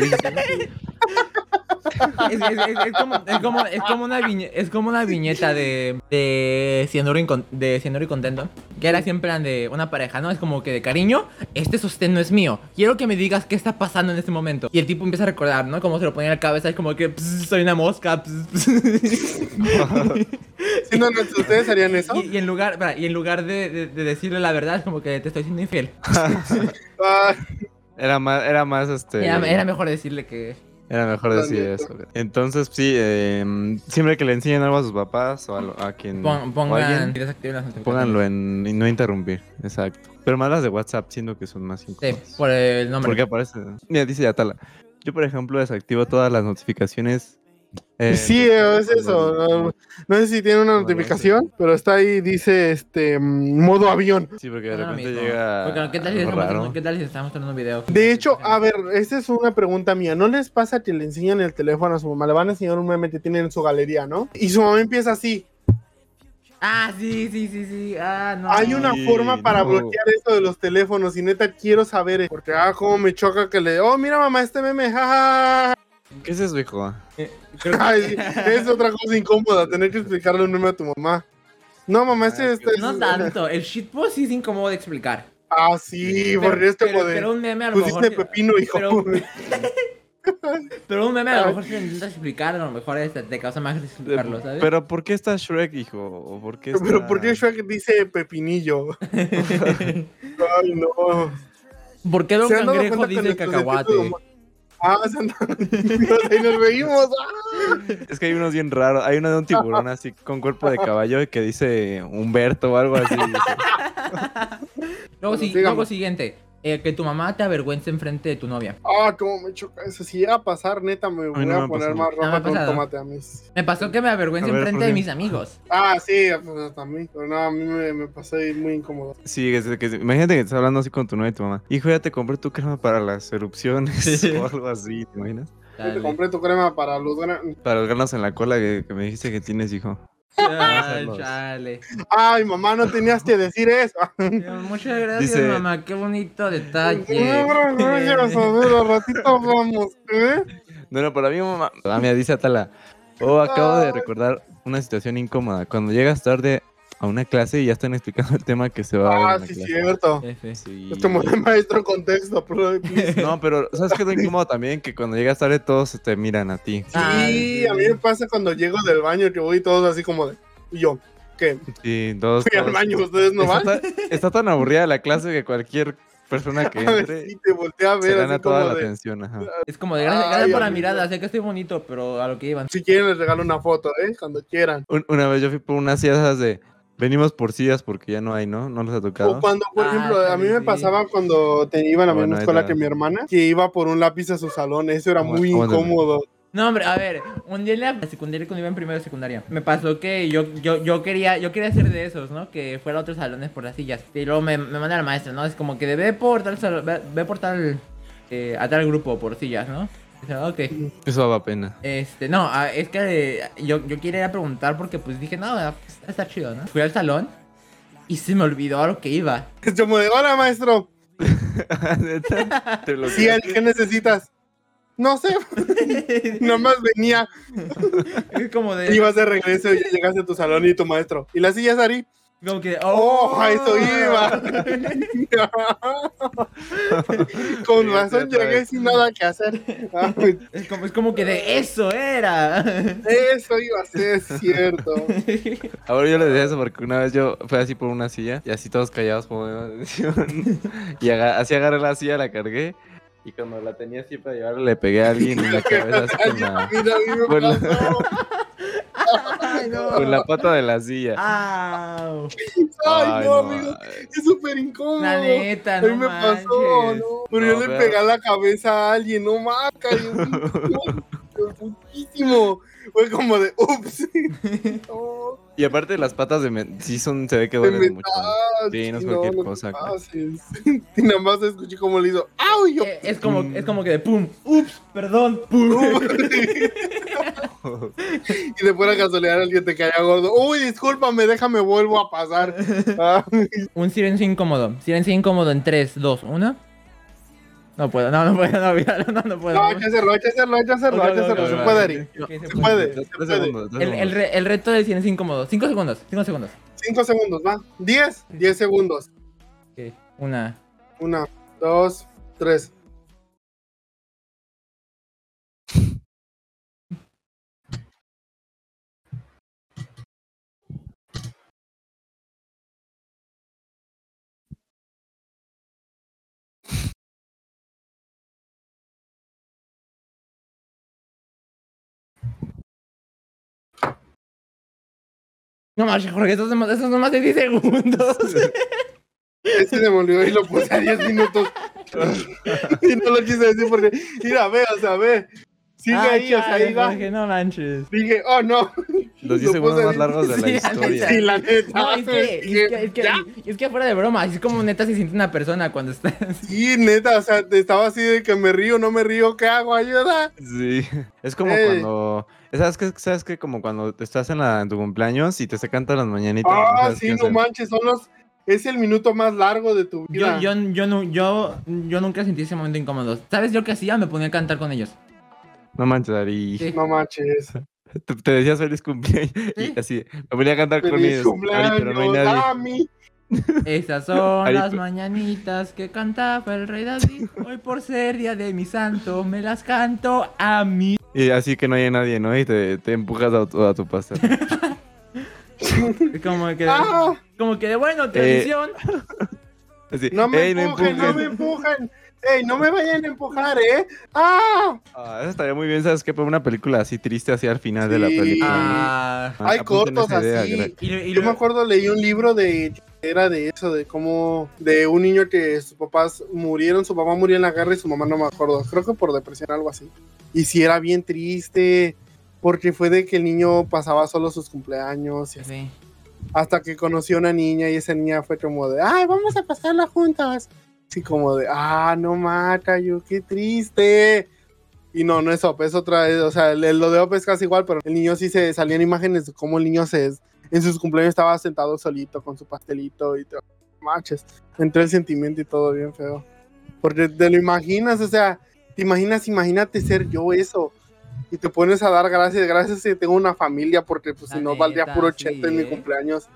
A: es- es- es como, es, como, es como una viñe- es como una viñeta de, de, Cianuro Incon- de Cianuro y Contento. Que era siempre en plan de una pareja, ¿no? Es como que de cariño, este sostén no es mío. Quiero que me digas qué está pasando en este momento. Y el tipo empieza a recordar, ¿no? Cómo se lo ponía en la cabeza. Es como que "Pss, soy una mosca. pss, pss".
D: Sí, no, no, ¿Ustedes harían eso?
A: Y, y en lugar, espera, y en lugar de, de- de decirle la verdad, es como que te estoy siendo infiel.
D: Ah,
B: Era más, era más este.
A: Era, era mejor decirle que.
B: Era mejor decir
D: También.
B: eso. güey. Entonces, sí, eh, siempre que le enseñen algo a sus papás o a, lo- a quien.
A: pon-
B: Mm. o a alguien,
A: pongan. desactiven las notificaciones.
B: pónganlo en y no interrumpir. Exacto. Pero más las de WhatsApp, siento que son más
A: Sí,
B: incómodas.
A: por el nombre.
B: Porque aparece. Mira, dice Yatala. Yo, por ejemplo, desactivo todas las notificaciones. eh,
D: Sí,
B: de-
D: es eso.
B: cuando-
D: no sé si tiene una notificación, pero está ahí, dice, este, mm, modo avión.
B: Sí, porque
A: No
B: de
A: es lo
B: repente
A: Ah, mismo.
B: llega.
A: Porque, ¿qué tal, si
B: algo
A: estamos
B: raro.
A: haciendo- ¿Qué tal si estamos haciendo un video?
D: De hecho, a ver, esta es una pregunta mía. ¿No les pasa que le enseñan el teléfono a su mamá? Le van a enseñar un meme que tienen en su galería, ¿no? Y su mamá empieza así.
A: Ah, sí, sí, sí, sí. Ah, no.
D: Hay una
B: Sí,
D: forma para
B: no.
D: bloquear esto de los teléfonos y neta quiero saber. eh, Porque, ah, cómo me choca que le... Oh, mira mamá, este meme, jajaja.
B: ¿Qué es eso, hijo?
A: Creo que-
D: es otra cosa incómoda, tener que explicarle un meme a tu mamá. No, mamá, este... este
A: No tanto. El shitpost sí es incómodo de explicar.
D: Ah, sí,
A: Pero-
D: porque esto
A: pero-
D: como de...
A: Pero un meme a lo mejor.
D: Pusiste pepino, hijo.
A: Pero, pero un meme a lo
D: Ay.
A: mejor si lo intentas explicar, a lo mejor este, te causa más explicarlo, ¿sabes?
B: Eh, Pero ¿por qué está Shrek, hijo? ¿O por qué está...
D: Pero ¿por qué Shrek dice pepinillo? Ay, no.
A: ¿Por qué Don
D: ¿Se han dado
A: Cangrejo
D: cuenta que
A: dice
D: nuestros
A: cacahuate?
D: sentidos de humor- Ah, se han dado- Nos- ahí nos reímos.
B: Es que hay unos bien raros. Hay uno de un tiburón así con cuerpo de caballo que dice Humberto o algo así.
A: Luego,
D: Bueno,
A: sí-
D: sigamos.
A: luego siguiente. eh, que tu mamá te avergüence enfrente de tu novia.
D: Ah, cómo me choca eso. Si llega a pasar, neta, me voy
B: no me
D: a
B: ha pasado.
D: poner más
A: No me ha
D: roja con
A: pasado.
D: tomate a mí.
A: Me pasó que me avergüence
B: A ver,
A: enfrente
B: ¿por
A: de
B: qué?
A: mis amigos.
D: Ah, sí, pues, a mí. Pero no, a mí me, me pasé muy incómodo.
B: Sí, es- que- imagínate que estás hablando así con tu novia y tu mamá. Hijo, ya te compré tu crema para las erupciones o algo así, ¿te imaginas?
D: Yo te
A: Dale.
D: compré tu crema para los gran-
B: Para los granos en la cola que, que me dijiste que tienes, hijo.
A: Ay,
B: Hacerlos.
A: chale.
D: Ay, mamá, no tenías que decir eso.
A: Muchas gracias,
B: Dice-
A: mamá. Qué bonito detalle.
D: No, gracias, a ver, al ratito hablamos. ¿eh?
B: No, no, para mí, mamá. Ah, mira, dice Atala. Oh, acabo de recordar una situación incómoda. Cuando llegas tarde a una clase y ya están explicando el tema que se va a ver.
D: Ah,
B: en la
D: sí,
B: clase.
D: cierto.
A: F.
B: Sí.
D: Es como de maestro contexto, pero
B: No, pero ¿sabes qué es lo incómodo también? Que cuando llegas tarde todos te miran a ti.
A: Ay,
D: Sí, a mí me pasa cuando llego del baño que voy todos así como de. Y yo, ¿qué?
B: Sí, todos.
D: Fui al
B: todos-
D: baño, ustedes no van.
B: está, tan, está tan aburrida la clase que cualquier persona que
D: A ver,
B: entre
D: sí, te volteé a
B: se
D: ver
B: gana
D: así
B: toda la
D: como de. Ah.
B: atención. Ajá.
A: Es como de gracias,
D: Ay,
A: gracias por la
D: amigo.
A: mirada, sé que estoy bonito, pero a lo que iban.
D: Si quieren, les regalo una foto, ¿eh? Cuando quieran.
B: Un- una vez yo fui por unas sillas de. Venimos por sillas porque ya no hay, ¿no? No les ha tocado.
D: O cuando, por
A: Ah,
D: ejemplo, a mí
A: también
D: me
A: sí.
D: pasaba cuando te iba a la
B: Bueno,
D: misma
B: ahí
D: escuela
B: está.
D: que mi hermana, que iba por un lápiz a su salón. Eso era
B: ¿Cómo-
D: muy
B: cómo te-
D: incómodo.
A: No, hombre, a ver, un día en la secundaria cuando iba en primero de secundaria, me pasó que yo, yo, yo quería, yo quería ser de esos, ¿no? Que fuera a otros salones por las sillas. Y luego me, me manda la maestra, ¿no? Es como que de ve por tal salo- ve, ve por tal eh, a tal grupo por sillas, ¿no? Dice, "Ah, ok.
B: Eso va pena.
A: Este, no, ah, es que eh, yo, yo quería ir a preguntar porque pues dije, no, ah, pues, está chido, ¿no? Fui al salón y se me olvidó a lo que iba.
D: Es como de, hola, maestro.
B: Neta, te bloqueas.
D: Sí, ¿qué necesitas? No sé, nomás venía.
A: Es como de.
D: Ibas de regreso y llegaste a tu salón y tu maestro. ¿Y la silla, Sari?
A: Como que.
D: ¡Oh, a eso
B: Ah.
D: iba! Con
B: Sí,
D: razón
B: otra
D: llegué
B: vez.
D: sin nada que hacer. Ay,
A: Es como, es como que de eso era.
D: Eso iba a ser cierto.
B: Ahora Ah, yo les decía eso porque una vez yo fui así por una silla y así todos callados como de atención. Y aga- así agarré la silla, la cargué y cuando la tenía así para llevarla le pegué a alguien en la cabeza así con la,
D: Mira, a mí me
B: Bueno.
D: pasó.
A: Ay, no.
B: con la pata de la silla.
A: Au.
D: Ay, no,
B: no,
D: amigos, es súper incómodo.
A: La neta,
D: A mí
A: no
D: me
A: manches.
D: pasó, no. Pero
B: No,
D: yo le
B: pero-
D: pegué a la cabeza a alguien, no maca, yo putísimo. Fue como de ups. No,
B: Y aparte las patas de me- sí son, se ve que
D: te
B: duelen mucho.
D: metas,
B: Sí, no es
D: y
B: cualquier
D: no te
B: cosa.
D: pases. Y nada más escuché como le hizo, ¡au! y yo,
A: Eh, Es como, es como que de pum, ups, perdón, pum.
D: y de fuera casualidad alguien te caía gordo. Uy, discúlpame, déjame, vuelvo a pasar. Ah,
A: Un silencio incómodo. Silencio incómodo en 3, 2, 1. No puedo, no, no puedo, no, mira, no, no puedo.
D: no, hay que hacerlo, hay que hacerlo, hay que hacerlo, hay que
A: No, no,
D: hacerlo.
A: no,
D: Se
B: no,
D: puede,
B: no.
D: Ari.
A: Ok, se
D: Se
A: puede.
D: puede,
B: Tres
D: se
B: tres
D: puede.
B: segundos. tres
A: El, el
B: segundos.
A: re- el reto del silencio incómodo. 5 segundos, 5 segundos.
D: Cinco segundos, va. Diez, diez segundos.
A: Ok, Una.
D: Una, dos, tres.
A: No manches, Jorge, esos son más, esos son más de 10 segundos.
D: Este se me olvidó y lo puse a 10 minutos. y no lo quise decir porque, mira, ve, o sea, ve. Sigue
A: Ay,
D: ahí, o sea,
A: chale,
D: ahí va.
A: Jorge, no manches.
D: Dije, oh no.
B: Los 10
D: Lo
B: segundos
D: puse
B: más
D: bien.
B: largos de la
A: Sí, la
B: historia.
A: neta.
D: Sí, la neta.
A: No, Ah, es que, es
D: Dije,
A: que, es que,
D: "Ya".
A: es que fuera de broma, así es como neta se siente una persona cuando está.
D: Sí, neta, o sea, te estaba así de que me río, no me río, ¿qué hago? Ayuda.
B: Sí, es como
D: Ey.
B: cuando, ¿sabes que ¿Sabes que Como cuando te estás en, la, en tu cumpleaños y te se cantan las mañanitas. y no
D: Ah,
B: sabes qué
D: sí, no
B: hacer.
D: manches, son los. Es el minuto más largo de tu
A: Yo,
D: vida.
A: yo, yo, no- yo, yo nunca sentí ese momento incómodo. ¿Sabes yo qué hacía? Me ponía a cantar con ellos.
B: No manches, Ari.
A: Sí.
D: No manches.
B: Te, te decías feliz cumpleaños
A: Sí.
B: y así, me voy a cantar con
D: Feliz
B: ellos. Ari, pero no hay
D: cumpleaños, ah.
B: nadie.
D: Dami.
A: Esas son
B: Ahí
A: las
B: tú-
A: mañanitas que cantaba el rey David. Hoy por ser día de mi santo, me las canto a mí.
B: Y así que no hay nadie, ¿no? Y te, te empujas a, tu- a tu pastel.
A: Es Como que,
D: Ah,
A: como que de
B: Eh,
A: bueno, tradición.
B: Así,
D: no me
B: "Ey, no
D: empujen, no me
B: empujen".
D: empujen. Ey, no me vayan a empujar, ¿eh? ¡Ah!
B: Ah, eso estaría muy bien, ¿sabes qué? Poner una película así triste hacia el final de la
D: Sí.
B: película.
A: Ah,
B: Ah,
D: Hay
B: apunten
D: cortos
B: esa idea,
D: así.
B: crack.
A: y, y
D: Yo me
A: luego-
D: acuerdo leí un libro de era de eso, de cómo de un niño que sus papás murieron, su papá murió en la guerra y su mamá no me acuerdo, creo que por depresión algo así. Y sí era bien triste porque fue de que el niño pasaba solo sus cumpleaños y así.
A: Sí.
D: hasta que conoció a una niña y esa niña fue como de, "Ay, vamos a pasarla juntas." Así como de, "Ah, no mata, yo qué triste." Y no, no es OP, es otra vez, o sea, el- el- lo de OP es casi igual, pero el niño sí se salían imágenes de cómo el niño se en sus cumpleaños estaba sentado solito con su pastelito y todo. Maches. Entró el sentimiento y todo bien feo. Porque te lo imaginas, o sea, te imaginas, imagínate ser yo eso. Y te pones a dar gracias, gracias que tengo una familia, porque pues
A: La
D: si no valdría
A: neta,
D: puro
A: sí,
D: 80 en mi
A: ¿eh?
D: cumpleaños.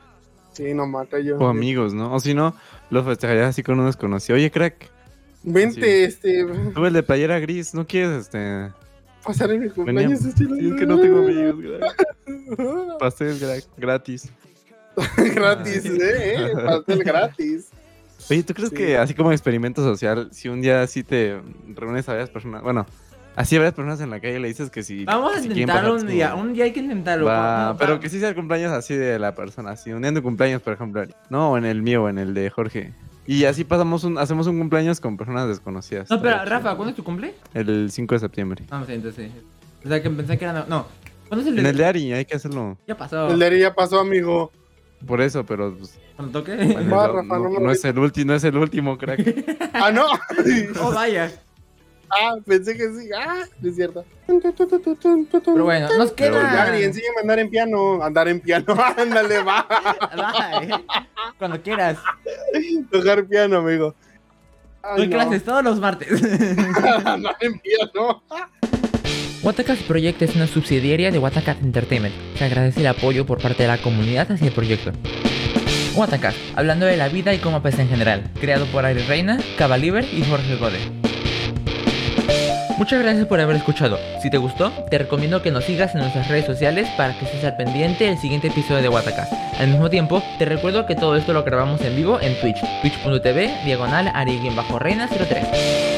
D: Sí, no mata yo.
B: O amigos, ¿no? O si no, lo festejarías así con un desconocido. Oye, crack,
D: Vente,
B: Sí.
D: este,
B: tú el de playera gris, ¿no quieres este...?
D: pasar en mi
B: Veníamos.
D: cumpleaños.
B: Sí, es que no tengo amigos, crack. Pastel gra- gratis.
D: gratis, eh, eh, pastel gratis.
B: Oye, ¿tú crees
D: Sí.
B: que así como experimento social, si un día así te reúnes a varias personas, bueno, así a varias personas en la calle le dices que si...
A: Vamos a
B: si quieren
A: intentarlo
B: pasar
A: un
B: tu-
A: día. Un día hay que intentarlo.
B: Va,
A: Vamos,
B: pero
A: va.
B: que sí sea el cumpleaños así de la persona, así un día en tu cumpleaños, por ejemplo, Ari. no, o en el mío, o en el de Jorge. Y así pasamos un, hacemos un cumpleaños con personas desconocidas.
A: No, pero
B: Estaría
A: Rafa,
B: chido.
A: ¿cuándo es tu cumple?
B: El 5 de septiembre.
A: Vamos, entonces. sí. O sea, que pensé que era. No. no. ¿Cuándo es el,
B: En el de Ari, hay que hacerlo
A: Ya pasó.
D: El de Ari ya pasó, amigo.
B: por eso, pero pues,
A: Cuando toque.
B: bueno,
D: Va,
B: no,
D: Rafa,
B: no-
D: no lo
B: no
D: vi.
B: es el último, no es el último, crack.
D: Ah, no.
A: Oh, vaya.
D: Ah, pensé que sí. Ah, no es cierto.
A: Pero bueno, nos
B: Pero
D: Ya,
A: queda.
D: Ari, enséñame a andar en piano. Andar en piano, ándale, va.
A: Bye. Cuando quieras.
D: Tocar piano, amigo. Ay,
A: Doy
D: no.
A: clases todos los martes.
D: no, envío, no.
F: Watacat Project es una subsidiaria de Watacat Entertainment. Se agradece el apoyo por parte de la comunidad hacia el proyecto. Watacat, hablando de la vida y cómo pesa en general, creado por Ari Reina, Cabaliber y Jorge Gode. Muchas gracias por haber escuchado. Si te gustó, te recomiendo que nos sigas en nuestras redes sociales para que estés al pendiente del siguiente episodio de Watacat. Al mismo tiempo, te recuerdo que todo esto lo grabamos en vivo en Twitch, twitch.tv, diagonal, ari-reina03.